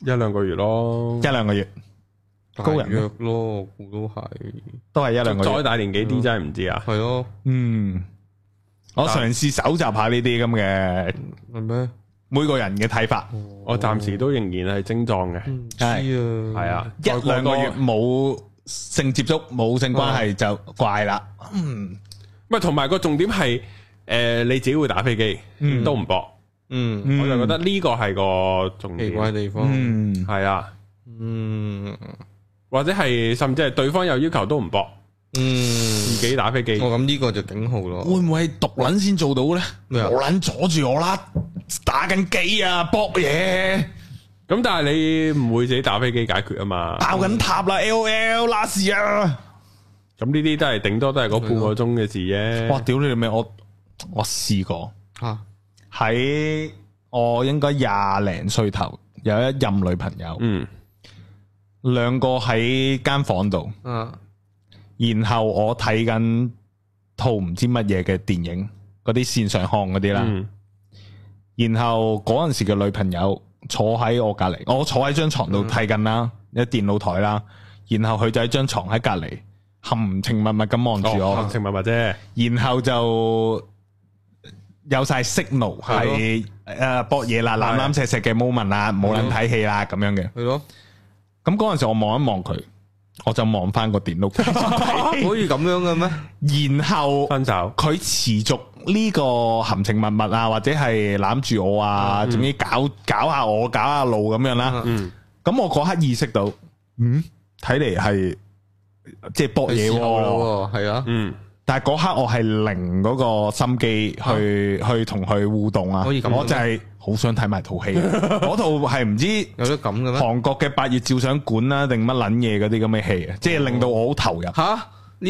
一兩個月咯一，兩個月高人大約咯，我估都係都係一兩個月再。大年紀啲真係唔知啊。係咯，嗯，我但嘗試搜集下呢啲咁嘅係咩？每個人嘅睇法，我暫時都仍然係症狀嘅，嗯唔知啊，係係啊，一再過兩個多月冇性接觸、冇性關係就怪啦。嗯，唔係，同埋個重點係，诶、你自己會打飛機，嗯都唔搏，嗯，嗯我就覺得呢個係個重奇點，怪嘅地方，嗯係啊，嗯或者係甚至係對方有要求都唔搏，自嗯，己打飛機，我諗呢個就警號咯會，唔會係毒撚先做到咧？咩啊我撚阻住我啦，打緊機啊，搏嘢，咁但係你唔會自己打飛機解決啊嘛，爆緊塔啦，L O L 拉屎啊！咁呢啲都係頂多都係嗰半個鐘嘅事哇！啫，屌你老味，我我試過吓，喺我應該廿零歲頭有一任女朋友，嗯，兩個喺間房度。啊，然後我睇緊套唔知乜嘢嘅電影，嗰啲線上看嗰啲啦。嗯，然後嗰陣時嘅女朋友坐喺我隔離，我坐喺張床度睇緊啦，一電腦台啦。然後佢就喺張床喺隔離，含情脈脈咁望住我，哦合情物物啫，然後就有晒 signal 係誒搏嘢啦，攬攬錫錫嘅 moment 啦，冇撚睇戲啦咁樣嘅。係咯，咁嗰陣時我望一望佢，我就望翻個電腦 繼續可以咁樣嘅咩？睇，然後。分手，佢持續呢個含情脈脈啊，或者係攬住我啊，總之搞搞下我，搞下路咁樣啦。嗯，咁、我嗰刻意識到，嗯，睇嚟係即係搏嘢喎。咯，係啊，嗯，但係嗰刻我係零嗰個心機去、去同佢互動啊，可以咁我就係好想睇 埋套戲，嗰套係唔知。有得咁嘅咩？韓國嘅八月照相館啦，定乜撚嘢嗰啲咁嘅戲啊，即係令到我好投入。吓，呢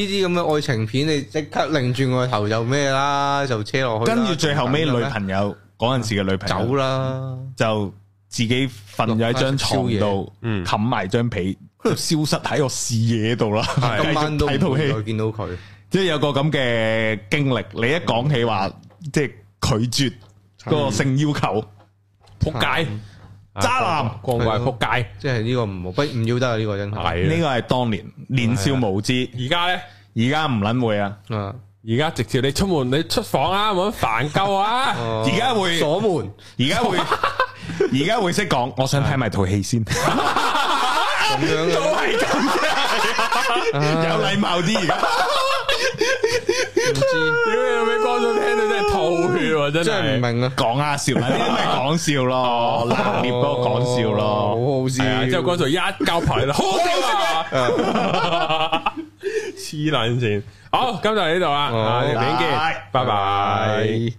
啲咁嘅愛情片，你即刻擰轉個頭就咩啦，就車落去啦。跟住最後咁尾樣女咩朋友嗰陣時嘅女朋友走啦，就自己瞓咗喺張床度，嗯冚埋張被，就消失喺我視野度啦。 今晚都繼唔續睇套會再戲，見到佢。即係有個咁嘅經歷。你一講起話，即係拒絕嗰個性要求，扑街，渣男光棍扑街，即係呢個唔好不唔要得啊！呢個真係呢係啊，個係當年年少無知，而家咧。而家唔撚會啊！啊，而家直接你出門，你出房啊，冇咁煩鳩啊！而而家會鎖門，而家 會，而家會識講，我想睇埋套戲先，啊咁都樣嘅係咁嘅， 有禮貌啲而家。唔知，屌你老味，光咗聽到真係吐血喎，真真係唔係。明啊！講下笑啦，呢啲咪講笑咯，拿捏嗰個講笑咯，哦好好係啊，笑。之後光咗一交牌啦，好屌 啊！黐撚線，好，今日嚟呢度啦，好啊條片見，拜拜拜。係。